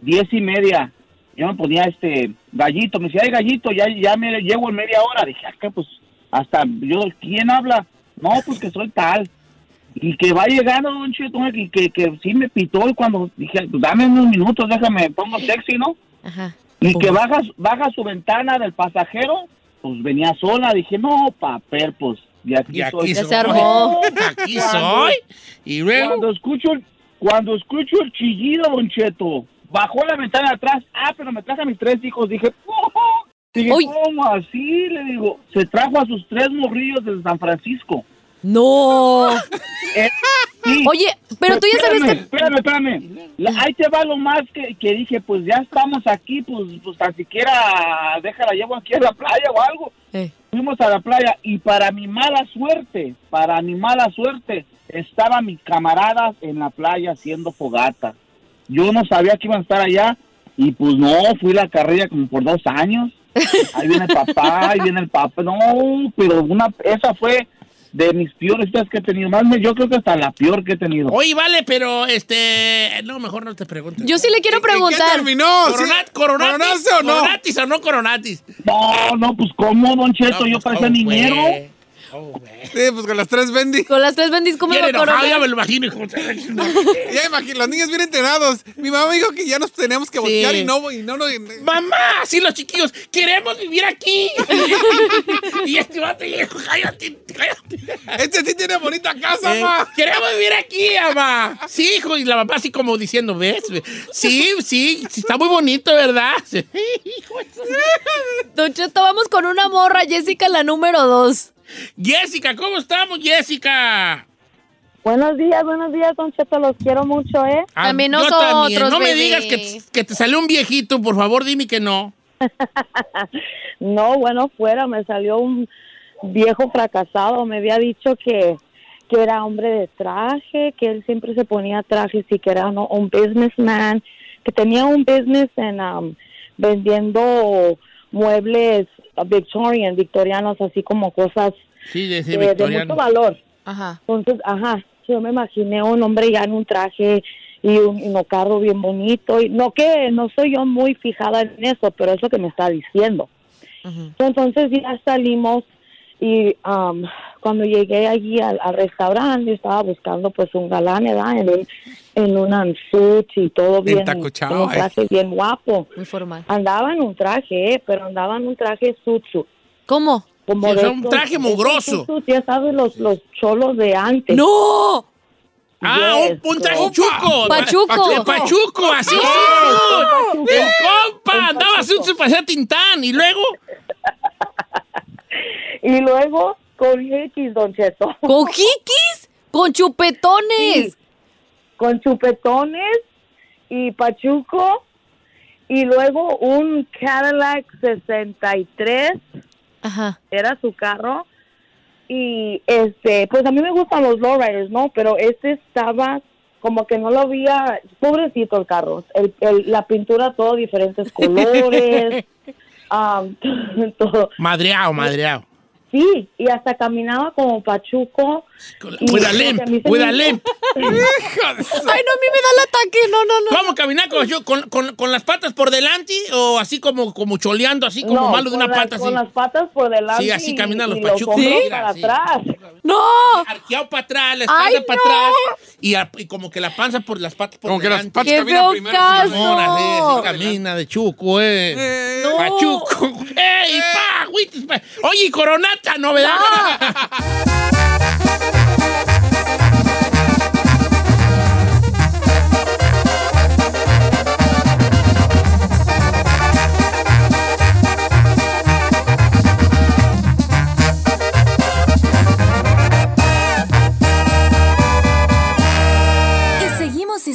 diez y media. Yo me ponía este gallito, me decía, ay gallito, ya, ya me llevo en media hora. Dije, acá pues, hasta yo, ¿quién habla? No, pues que soy tal. Y que va llegando, don Cheto, y que, que sí me pitó y cuando dije, pues, dame unos minutos, déjame, pongo sexy, ¿no?
Ajá.
Y que baja, baja su ventana del pasajero, pues venía sola. Dije, no, papel, pues de aquí,
Y aquí
soy.
Ya
soy.
se armó.
(laughs)
Aquí soy. Y luego.
Cuando escucho, el- cuando escucho el chillido, Don Cheto, bajó la ventana de atrás. Ah, pero me traje a mis tres hijos. Dije, "Oh". Dije,
Uy.
¿cómo así? Le digo, se trajo a sus tres morrillos desde San Francisco.
No.
Eh, sí.
Oye, pero tú ya sabes
Espérame,
que.
Espérame, espérame. La- ahí te va lo más que, que dije, pues ya estamos aquí, pues, pues tan siquiera déjala, llevo aquí a la playa o algo.
Eh.
Fuimos a la playa y para mi mala suerte, para mi mala suerte, estaban mis camaradas en la playa haciendo fogata. Yo no sabía que iban a estar allá y pues no, fui a la carrera como por dos años. Ahí viene el papá, ahí viene el papá. No, pero una, esa fue de mis peores citas que he tenido. Más, me- yo creo que hasta la peor que he tenido.
Oye, vale, pero este. No, mejor no te preguntes.
Yo sí le quiero
¿En qué
preguntar.
terminó?
Coronat- coronatis,
¿Sí? ¿Coronaste o no?
Coronatis o no coronatis.
No, no, pues cómo, Don Cheto,
No,
yo
pues,
parecía
¿cómo
niñero.
fue?
Sí, pues con las tres Bendy.
Con las tres bendis, ¿cómo
Bien
lo
enojado,
coronas?
ya me lo imagino.
Ya imagino, los niños bien entrenados. Mi mamá me dijo que ya nos teníamos que voltear y no, y no, no. y-
(laughs) Mamá, sí, los chiquillos, queremos vivir aquí. (laughs) y este vato llegó, cállate,
(laughs)
cállate.
Este sí tiene bonita casa,
Eh,
ma.
Queremos vivir aquí, mamá. Sí, hijo, y la mamá así como diciendo, ¿ves? Sí, sí, sí, está muy bonito, ¿verdad? Sí, hijo, eso.
Don Cheto, vamos con una morra, Jessica, la número dos.
Jessica, ¿cómo estamos, Jessica?
Buenos días, buenos días, Don Cheto, los quiero mucho, ¿eh?
Ah,
También
yo
nosotros,
No me
bebé.
digas que, t- que te salió un viejito, por favor, dime que no.
No, bueno, fuera, me salió un viejo fracasado, me había dicho que, que era hombre de traje, que él siempre se ponía trajes y que era uno- un businessman, que tenía un business en um, vendiendo muebles victorian, victorianos, así como cosas
Sí, de, de
eh, de
Victoriano.
mucho valor.
Ajá.
Entonces, ajá, yo me imaginé un hombre ya en un traje y un, y un carro bien bonito. Y no que no soy yo muy fijada en eso, pero es lo que me está diciendo. Entonces ya salimos y am, cuando llegué allí al, al restaurante, yo estaba buscando pues un galán, ¿verdad? En un, en un suit y todo bien,
tacochao,
en un
eh.
traje bien guapo.
Muy formal.
Andaba en un traje, eh, pero andaba en un traje suit-suit.
¿Cómo?
Como
Sí, o
de
sea, un
esos-
traje
esos
mugroso.
suit-suit, Ya sabes, los, los cholos de antes.
¡No!
Ah, un,
Yes,
un traje
bro.
chuco.
Pachuco.
De Pachuco, así.
Yes,
sí.
un Pachuco.
El compa andaba así,
Pachuco.
se parecía Tintán. Y luego,
(laughs) Y luego con X,
(laughs)
Don Cheto.
¿Con jiquis? ¿Con chupetones?
Sí. Con chupetones y pachuco. Y luego un Cadillac 63,
Ajá.
era su carro. Y este, pues a mí me gustan los lowriders, ¿no? Pero este estaba como que no lo había, pobrecito el carro. El, el- la pintura, todo diferentes colores. am, (laughs) todo.
madreado, madreado.
Sí, y hasta caminaba como pachuco. Y-
With a limp,
a mí se
with
me-
a limp.
Ay, no, a mí me da el ataque. No, no, no.
¿Cómo caminar con, yo- con, con- con las patas por delante o así como, como choleando, así como
No,
malo de una
con las-
pata, así?
Con las patas por delante.
Sí, así
y-
caminan los
y
pachucos.
hombros
Sí.
para
Sí.
atrás.
¡No!
Arqueado para atrás, la espalda
Ay,
para
no.
atrás y, a- y como que la panza por las patas por
Como que las
delante.
patas
¡Qué
caminan
feo
primero. señor.
caso!
Ahora, sí, así
No.
camina de chuco, eh.
Eh,
No. Eh.
Pachuco. (laughs) ¡Ey, pa! güitis, pa. Oye, y coronata, novedad.
Y seguimos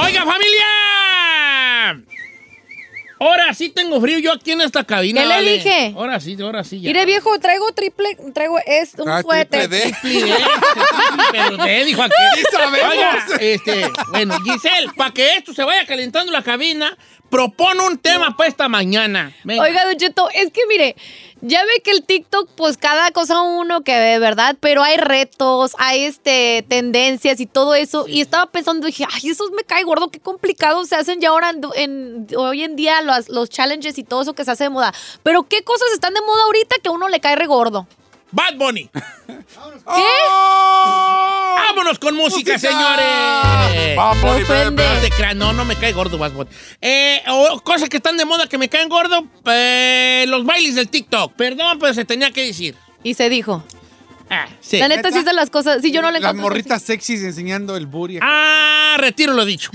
Oiga, familia. Ahora sí tengo frío yo aquí en esta cabina.
¿Qué le dije?
Ahora sí, ahora sí. Ya.
Mire, viejo, traigo triple, traigo es un
Ah,
suéter.
triple D.
Sí,
(laughs)
eh, Pero te dijo aquí.
sabemos.
Oiga, este, bueno, Giselle, para que esto se vaya calentando la cabina, propone un tema para esta mañana. Venga.
Oiga, Don Cheto, es que mire, ya ve que el TikTok, pues cada cosa uno que ve, ¿verdad? Pero hay retos, hay este tendencias y todo eso. Y estaba pensando, dije, ay, esos me cae gordo, qué complicado se hacen ya ahora en, en- hoy en día los, los challenges y todo eso que se hace de moda. Pero qué cosas están de moda ahorita que a uno le cae re gordo.
Bad Bunny.
¡Oh!
Vámonos con música,
¡Música!
señores.
Bad Bunny,
Me ofende.
No, te creas, no, no me cae gordo Bad Bunny. Eh, o- cosas que están de moda que me caen gordo, eh, los bailes del TikTok. Perdón, pero se tenía que decir.
Y se dijo.
Ah, sí.
La neta sí es de las cosas. Sí, yo no le
Las
encuentro.
morritas sexys enseñando el booty.
Ah, retiro lo dicho.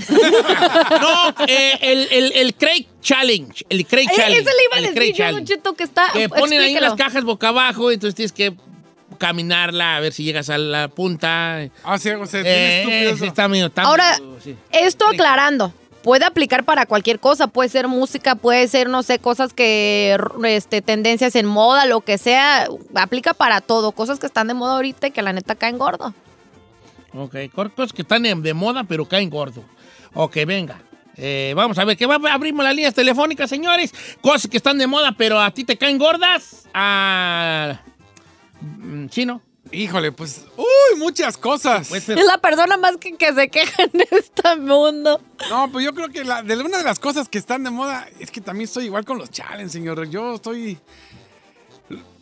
no, eh, el, el, el Craig Challenge. El Craig
Eh,
Challenge.
Ese le iba a
el
decir
Craig
yo, Don
Challenge.
Cheto, que está. (laughs)
Que ponen ahí las
explíquelo.
cajas boca abajo, entonces tienes que caminarla a ver si llegas a la punta.
(laughs) Ah, sí, o sea,
Eh,
bien estúpido
sí,
eso.
está medio está
Ahora,
medio, sí.
Esto aclarando, puede aplicar para cualquier cosa, puede ser música, puede ser, no sé, cosas que, r- este, tendencias en moda, lo que sea, aplica para todo, cosas que están de moda ahorita y que la neta caen gordo.
Ok, cortos que están en- de moda, pero caen gordo. Ok, venga. Eh, vamos a ver, que va, abrimos las líneas telefónicas, señores. Cosas que están de moda, pero a ti te caen gordas. A... mm, Chino.
Híjole, pues, uy, muchas cosas.
(laughs) Pues,
Es la persona más que, que se queja en este mundo.
No, pues yo creo que la- de una de las cosas que están de moda es que también estoy igual con los challenges, señor. Yo estoy.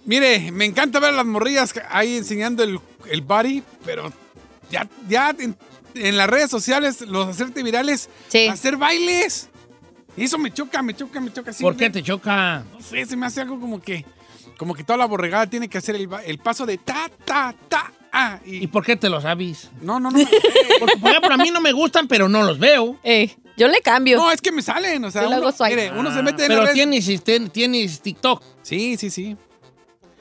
Mire, me encanta ver a las morrillas ahí enseñando el, el body, pero ya, ya en, en las redes sociales, los hacerte virales,
Sí.
Ah,
hacer bailes. Y eso me choca, me choca, me choca. Sí,
¿Por qué te choca?
No sé, se me hace algo como que. Como que toda la borregada tiene que hacer el, ba- el paso de ta, ta, ta, ah.
¿Y
Y,
por qué te lo sabes? (laughs)
no, no, no. me lo sé.
Porque por ejemplo, a mí no me gustan, pero no los veo.
Ey, Eh, yo le cambio.
No, es que me salen, o sea,
Yo le
uno,
hago swipe.
mire, uno se mete
Ah.
en las
Pero
redes-
tienes, ten- tienes TikTok.
Sí, sí, sí.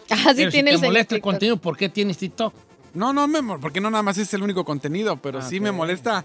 Así
Pero
Ah, tiene
si
el
te
señor
molesta el
TikTok.
contenido, ¿por qué tienes TikTok?
No, no, me, mol- porque no nada más es el único contenido,
Ah,
pero sí me molesta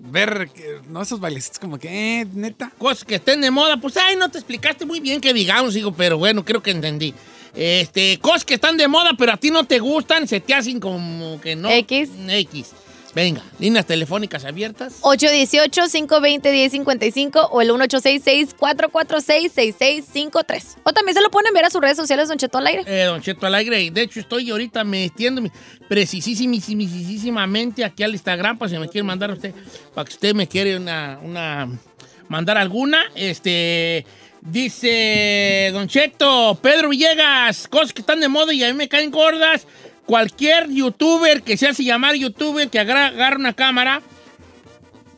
ver que, no esos bailecitos como que, eh, neta.
Cosas que estén de moda, pues, ay, no te explicaste muy bien que digamos, digo, pero bueno, creo que entendí. Este, cosas que están de moda, pero a ti no te gustan, se te hacen como que no.
X.
X. Venga, líneas telefónicas abiertas.
818-520-1055 o el 1866-446-6653. O también se lo pueden ver a sus redes sociales, Don Cheto al aire.
Eh, don Cheto Alegre, y de hecho estoy ahorita metiéndome precisísimamente aquí al Instagram, para si me quiere mandar usted, para que usted me quiere una, una mandar alguna. Este dice Don Cheto, Pedro Villegas, cosas que están de moda y a mí me caen gordas. Cualquier youtuber que se hace llamar youtuber que agra- agarra una cámara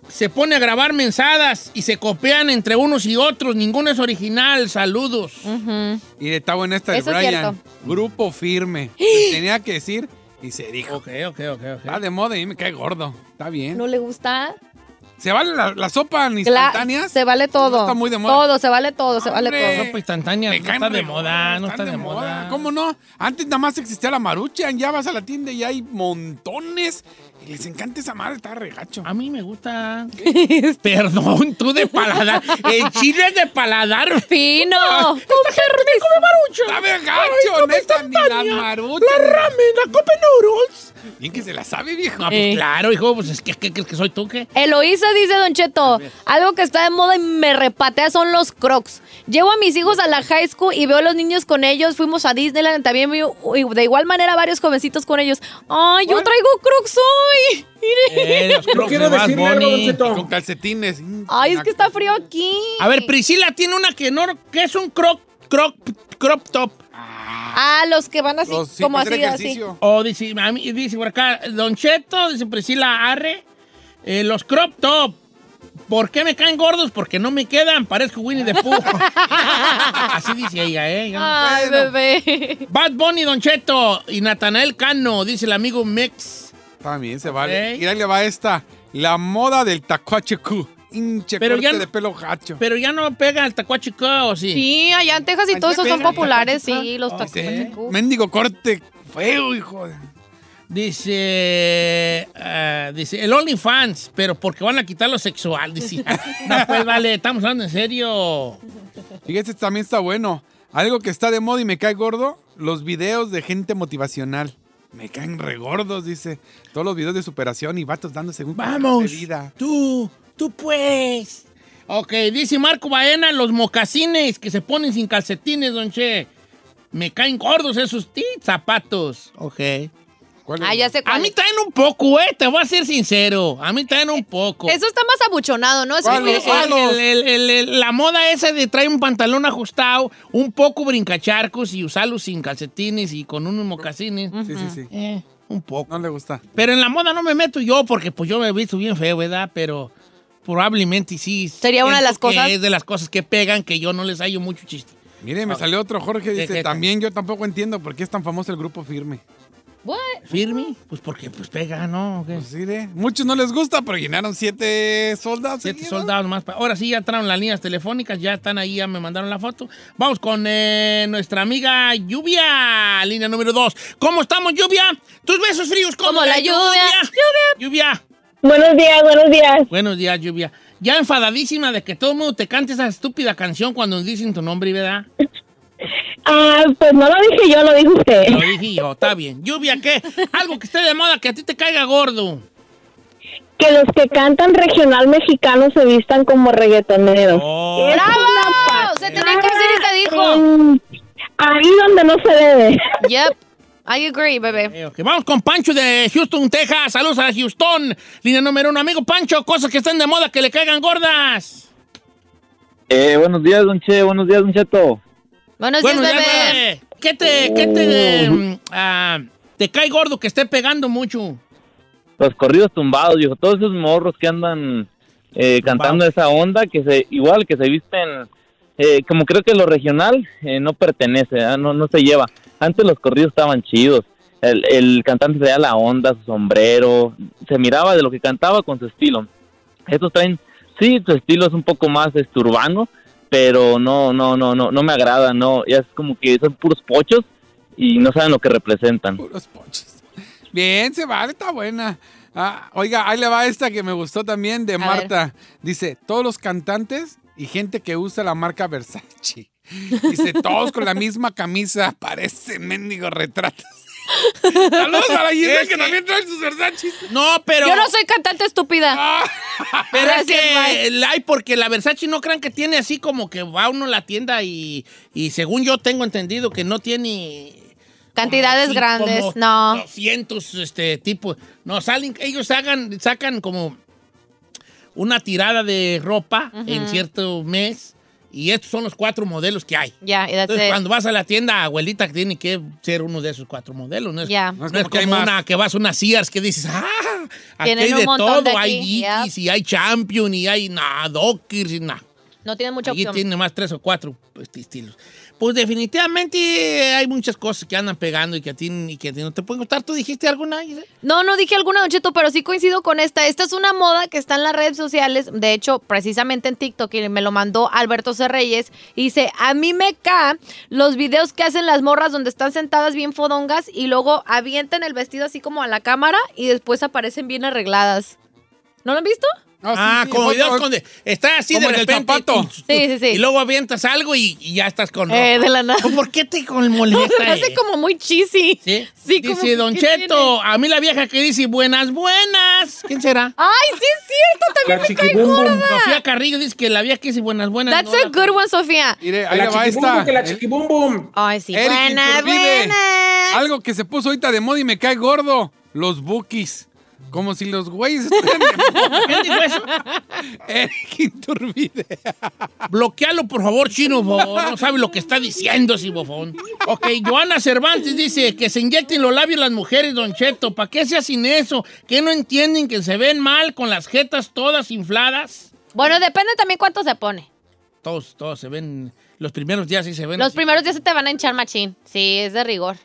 se pone a grabar mensadas y se copian entre unos y otros, ninguno es original. Saludos.
Mm.
Y está buena esta de
Eso es
Brian. Grupo
(gasps)
firme. Se tenía que decir y se dijo.
Ok, ok, ok, ok.
Está de moda y me cae gordo. Está
Eh.
bien.
¿No le gusta?
¿Se vale la, la sopa
Cla-
instantánea?
se vale todo.
No está muy de moda.
Todo, se vale todo, se vale
Hombre.
todo.
Ropa instantánea
Me
no
caen
está de
re
moda,
gordos,
no está
están
de moda.
¿Cómo no? Antes nada más existía la maruchan, ya vas a la tienda y hay montones. Y les encanta esa madre, está regacho.
A mí me
(laughs)
gusta.
Este.
Perdón, tú de paladar. El chile es de paladar.
¡Fino! ¡Con
¡Está
marucha!
de gacho, neta! Ni las maruchas. ni las-
la copa noodles.
Bien que se la sabe, viejo.
Ah, pues
Eh.
claro, hijo, pues es que, que, que- que soy tú,
(laughs)
¿qué?
Eloísa dice, Don Cheto, algo que está de moda y me repatea son los crocs. Llevo a mis hijos a la high school y veo a los niños con ellos. Fuimos a Disneyland también, vi- y de igual manera varios jovencitos con ellos. ¡Ay, yo
¿Cuál?
traigo crocs hoy! Mire.
Eh, los crocs
quiero
de Bad
decirle algo,
Bunny.
Don Cheto.
Con calcetines. Mm,
¡Ay, es
una-
que está frío aquí!
A ver, Priscila tiene una que no, que es un croc, croc, crop top.
Ah, los que van así,
Los- sí,
como
hacer
así, así.
ejercicio.
O dice, a mí- dice por acá, Don Cheto, dice Priscila Arre, eh, los crop top. ¿Por qué me caen gordos? Porque no me quedan, parezco Winnie the Pooh. Así dice ella, ¿eh? Ya no
¡Ay,
Bueno.
bebé! (laughs)
Bad Bunny, Don Cheto y Natanael Cano, dice el amigo Mex.
También se vale.
Ok.
Y ahí le va esta. La moda del tacuache Q. Hinche
Pero
corte
ya no-
de pelo gacho.
Pero ya no pega al tacuachico, ¿o sí?
Sí, allá en Texas y
Allá
todo eso son
pegan,
populares,
¿verdad?
sí, los tacos.
Ese ¿Eh? Mendigo corte feo, hijo. de-
Dice, ah, dice, el OnlyFans, pero porque van a quitar lo sexual, dice. No, pues vale, estamos hablando en serio.
Fíjate, este también está bueno. Algo que está de moda y me cae gordo, los videos de gente motivacional. Me caen regordos, dice. Todos los videos de superación y vatos dándose un
Vamos,
de vida.
tú, tú pues. Ok, dice Marco Baena, los mocasines que se ponen sin calcetines, don Che. Me caen gordos esos ti, zapatos. Ok.
¿Cuál es?
Ah, ya sé
A
cuál.
mí traen un poco, eh, te voy a ser sincero. A mí traen un poco.
Eso está más abuchonado, ¿no? Es
¿Cuál
muy-
es? ¿Cuál?
El- el- el- el- el- la moda esa de traer un pantalón ajustado, un poco brincacharcos y usarlo sin calcetines y con unos mocasines.
Sí, sí, sí.
Eh, un poco.
No le gusta.
Pero en la moda no me meto yo porque pues yo me he visto bien feo, ¿verdad? Pero probablemente sí.
Sería una
siento
de las cosas.
que Es de las cosas que pegan que yo no les hallo mucho chiste.
Mire, me
Ah.
salió otro Jorge. Dice,
Ejeta.
también yo tampoco entiendo por qué es tan famoso el grupo firme.
What?
¿Firme? Pues porque pues pega, ¿no? ¿O qué?
Pues sí, ¿eh? Muchos no les gusta, pero llenaron siete soldados.
Siete
seguidos.
soldados más. pa- Ahora sí, ya entraron las líneas telefónicas, ya están ahí, ya me mandaron la foto. Vamos con eh, nuestra amiga Lluvia, línea número dos. ¿Cómo estamos, Lluvia? Tus besos fríos como,
Como la lluvia.
Lluvia. Lluvia.
Buenos días, buenos días.
Buenos días, Lluvia. Ya enfadadísima de que todo el mundo te cante esa estúpida canción cuando dicen tu nombre, ¿verdad?
Ah, pues no lo dije yo, lo dijo
(laughs)
usted.
Lo dije yo, está bien. Lluvia, ¿qué? Algo que esté de moda que a ti te caiga gordo.
que los que cantan regional mexicano se vistan como reggaetoneros.
Oh.
¡Bravo! Se tenía que decir y se
(laughs)
dijo.
Mm, Ahí donde no se debe.
Yep. I agree, bebé.
Eh, Ok, Vamos con Pancho de Houston, Texas. Saludos a Houston. Línea número uno. Amigo Pancho, cosas que están de moda que le caigan gordas.
Eh, buenos días, don Che, buenos días, don Cheto.
Buenos días,
Bueno, ya,
bebé.
bebé. ¿Qué te, qué te, mm, ah, te cae gordo que esté pegando mucho?
Los corridos tumbados, viejo. Todos esos morros que andan eh, cantando esa onda, que se igual, que se visten, eh, como creo que lo regional eh, no pertenece, ¿ah? no, no se lleva. Antes los corridos estaban chidos. El, el cantante traía la onda, su sombrero, se miraba de lo que cantaba con su estilo. Estos traen, sí, su estilo es un poco más este, urbano, pero no, no, no, no, no me agrada, no. Ya es como que son puros pochos y no saben lo que representan.
Puros ponches. Bien, se vale, está buena. Ah, oiga, ahí le va esta que me gustó también de
ver.
Marta. Dice, todos los cantantes y gente que usa la marca Versace. Dice, todos con la misma camisa, parecen mendigos retratos. Saludos a la Gisela que también trae sus Versace. Ah,
No, pero,
Yo no soy cantante
Ah,
estúpida.
pero es
Gracias,
que
bye.
el- hay porque la Versace no crean que tiene así como que va uno a la tienda y, y según yo tengo entendido que no tiene
Cantidades
así
grandes,
como
no.
200 este, tipos. No, salen, ellos hagan, sacan como una tirada de ropa en cierto mes y estos son los cuatro modelos que hay.
Ya, y that's
Entonces,
it.
cuando vas a la tienda, abuelita, tiene que ser uno de esos cuatro modelos. No es,
Ya.
no es como, que
hay más.
una que vas a una Sears que dices, ah, aquí
Tienen
hay
un
de todo.
montón de
hay
aquí, ya.
Dickies y hay Champion y hay nada, Dockers y nada.
No tiene mucha
Allí
opción.
tiene más tres o cuatro pues, t- estilos. Pues definitivamente eh, hay muchas cosas que andan pegando y que a ti, y que a ti no te pueden gustar. ¿Tú dijiste alguna? Giselle?
No, no dije alguna, Don Cheto, pero sí coincido con esta. Esta es una moda que está en las redes sociales. De hecho, precisamente en TikTok, y me lo mandó Alberto C. Reyes. Y dice, a mí me caen los videos que hacen las morras donde están sentadas bien fodongas y luego avientan el vestido así como a la cámara y después aparecen bien arregladas. ¿No lo han visto?
No, sí,
ah,
sí,
como
foto-
videos donde estás así
como
de
en el
repente.
zapato.
y-
Sí, sí, sí.
Y luego avientas algo y, y ya estás con
Eh,
ropa.
de la nada. (laughs)
¿Tú ¿Por qué te con- molesta?
Se hace
eh?
como muy cheesy.
¿Sí?
Sí, como
dice
que,
Don
¿qué
Cheto, a mí la vieja que dice buenas, buenas. ¿Quién será?
¡Ay, sí es cierto! También
La
me cae
chiquibumbum.
gorda.
Sofía Carrillo dice que la vieja que dice buenas, buenas.
That's
no
a
la-
good one, Sofía.
Mire, ahí
La
le va
chiquibumbum,
esta. ¿eh?
que la
El-
chiquibumbum.
Ay, sí.
Eric
Buenas,
Iturbide.
buenas.
Algo que se puso ahorita de moda y me cae gordo. Los bookies. Como si los güeyes estuvieran
(laughs)
de moda.
¿Quién dijo eso?
Eric Iturbide.
Bloquealo, por favor, chino, por favor. No sabe lo que está diciendo, si bofón. Ok, Joana Cervantes dice que se inyecten los labios las mujeres, Don Cheto. ¿Para qué se hacen eso? ¿Qué no entienden que se ven mal con las jetas todas infladas?
Bueno, depende también cuánto se pone.
Todos, todos se ven. Los primeros días sí se ven.
Los
así.
primeros días se te van a hinchar machín. Sí, es de rigor.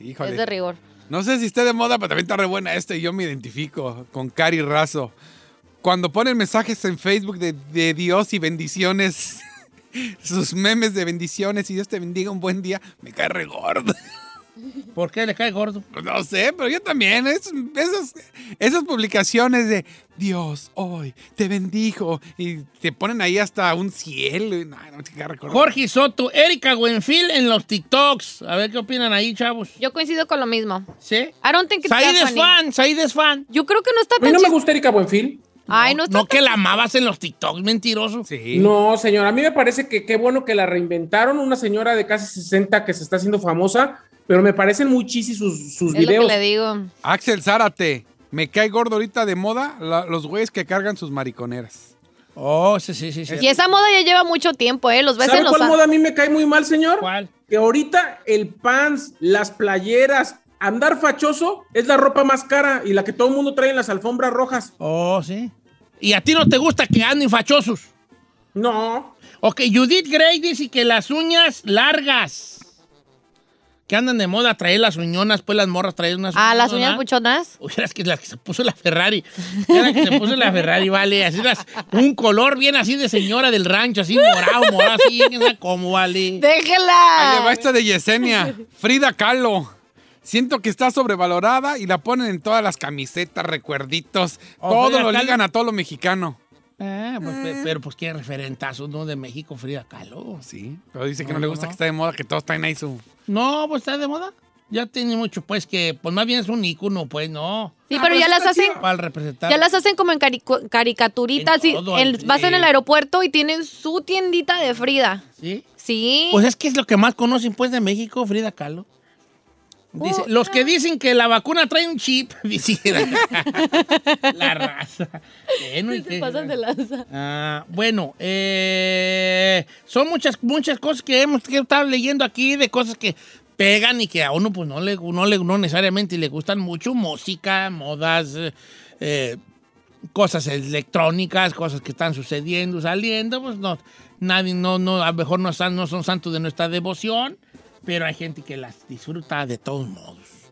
Es de
Híjole.
rigor.
No sé si está de moda, pero también está re buena esta y yo me identifico con Cari Razo. Cuando ponen mensajes en Facebook de, de Dios y bendiciones, (laughs) sus memes de bendiciones y Dios te bendiga un buen día, me cae re gordo. (laughs)
¿Por qué le cae gordo?
No sé, pero yo también. Es- esas, esas publicaciones de Dios hoy te bendijo y te ponen ahí hasta un cielo. y no, no te queda recordar.
Jorge Soto, Erika Buenfil en los TikToks. A ver qué opinan ahí, chavos.
Yo coincido con lo mismo.
¿Sí?
I don't think it's
Said
that
es
funny.
fan, Said es fan.
Yo creo que no está
A mí
tan
no me
chis-
gusta Erika Buenfil.
Ay, no está
No que la amabas en los TikToks, mentiroso.
Sí.
No, señor, a mí me parece que qué bueno que la reinventaron, una señora de casi 60 que se está haciendo famosa, pero me parecen muy chisis sus, sus
tan- Es lo que
videos.
le digo.
Axel Zárate, me cae gordo ahorita de moda la- los güeyes que cargan sus mariconeras.
Oh, sí, sí, sí. sí.
Y esa moda ya lleva mucho tiempo, ¿eh? Los ves
¿Sabe
en los...
cuál moda a mí me cae muy mal, señor?
¿Cuál?
Que ahorita el pants, las playeras, andar fachoso es la ropa más cara y la que todo el mundo trae en las alfombras rojas.
Oh, sí. ¿Y a ti no te gusta que anden fachosos?
No,
Ok, Judith Gray dice que las uñas largas. Que andan de moda traer las uñonas, pues las morras traen unas
Ah, las uñas
¿no?
buchonas.
Uy, las que, las que se puso la Ferrari. Era la que se puso la Ferrari, vale. Así las, un color bien así de señora del rancho, así morado, morado, así, quién sabe cómo, vale.
Ahí le va
¡Déjela!
esta de Yesenia, Frida Kahlo. Siento que está sobrevalorada y la ponen en todas las camisetas, recuerditos.
Oh,
todo
Frida
lo
Kahlo.
ligan a todo lo mexicano.
Ah, pues, pe- pero pues qué referentazos, ¿no? De México, Frida Kahlo.
Sí, pero dice que no,
No,
le
no,
gusta
no.
que está de moda, que todos traen ahí su...
No, pues está de moda. ya tiene mucho, pues, que pues más bien es un ícono, pues, no.
Sí, Ah, pero ya las hacen-
Para representar.
Ya las hacen como en caricu- caricaturitas. sí,
todo,
en-
sí.
vas en el aeropuerto y tienen su tiendita de Frida.
¿Sí?
Sí.
Pues es que es lo que más conocen, pues, de México, Frida Kahlo. Dice, los que dicen que la vacuna trae un chip, (laughs) dicen. la raza. Bueno, y qué-
lanza.
Ah, bueno, eh, son muchas, muchas cosas que hemos que estado leyendo aquí, de cosas que pegan y que a uno pues no le, no le no necesariamente le gustan mucho, música, modas, eh, eh, cosas electrónicas, cosas que están sucediendo, saliendo, pues no, nadie, no, no, a lo mejor no, están- no son santos de nuestra devoción, pero hay gente que las disfruta de todos modos.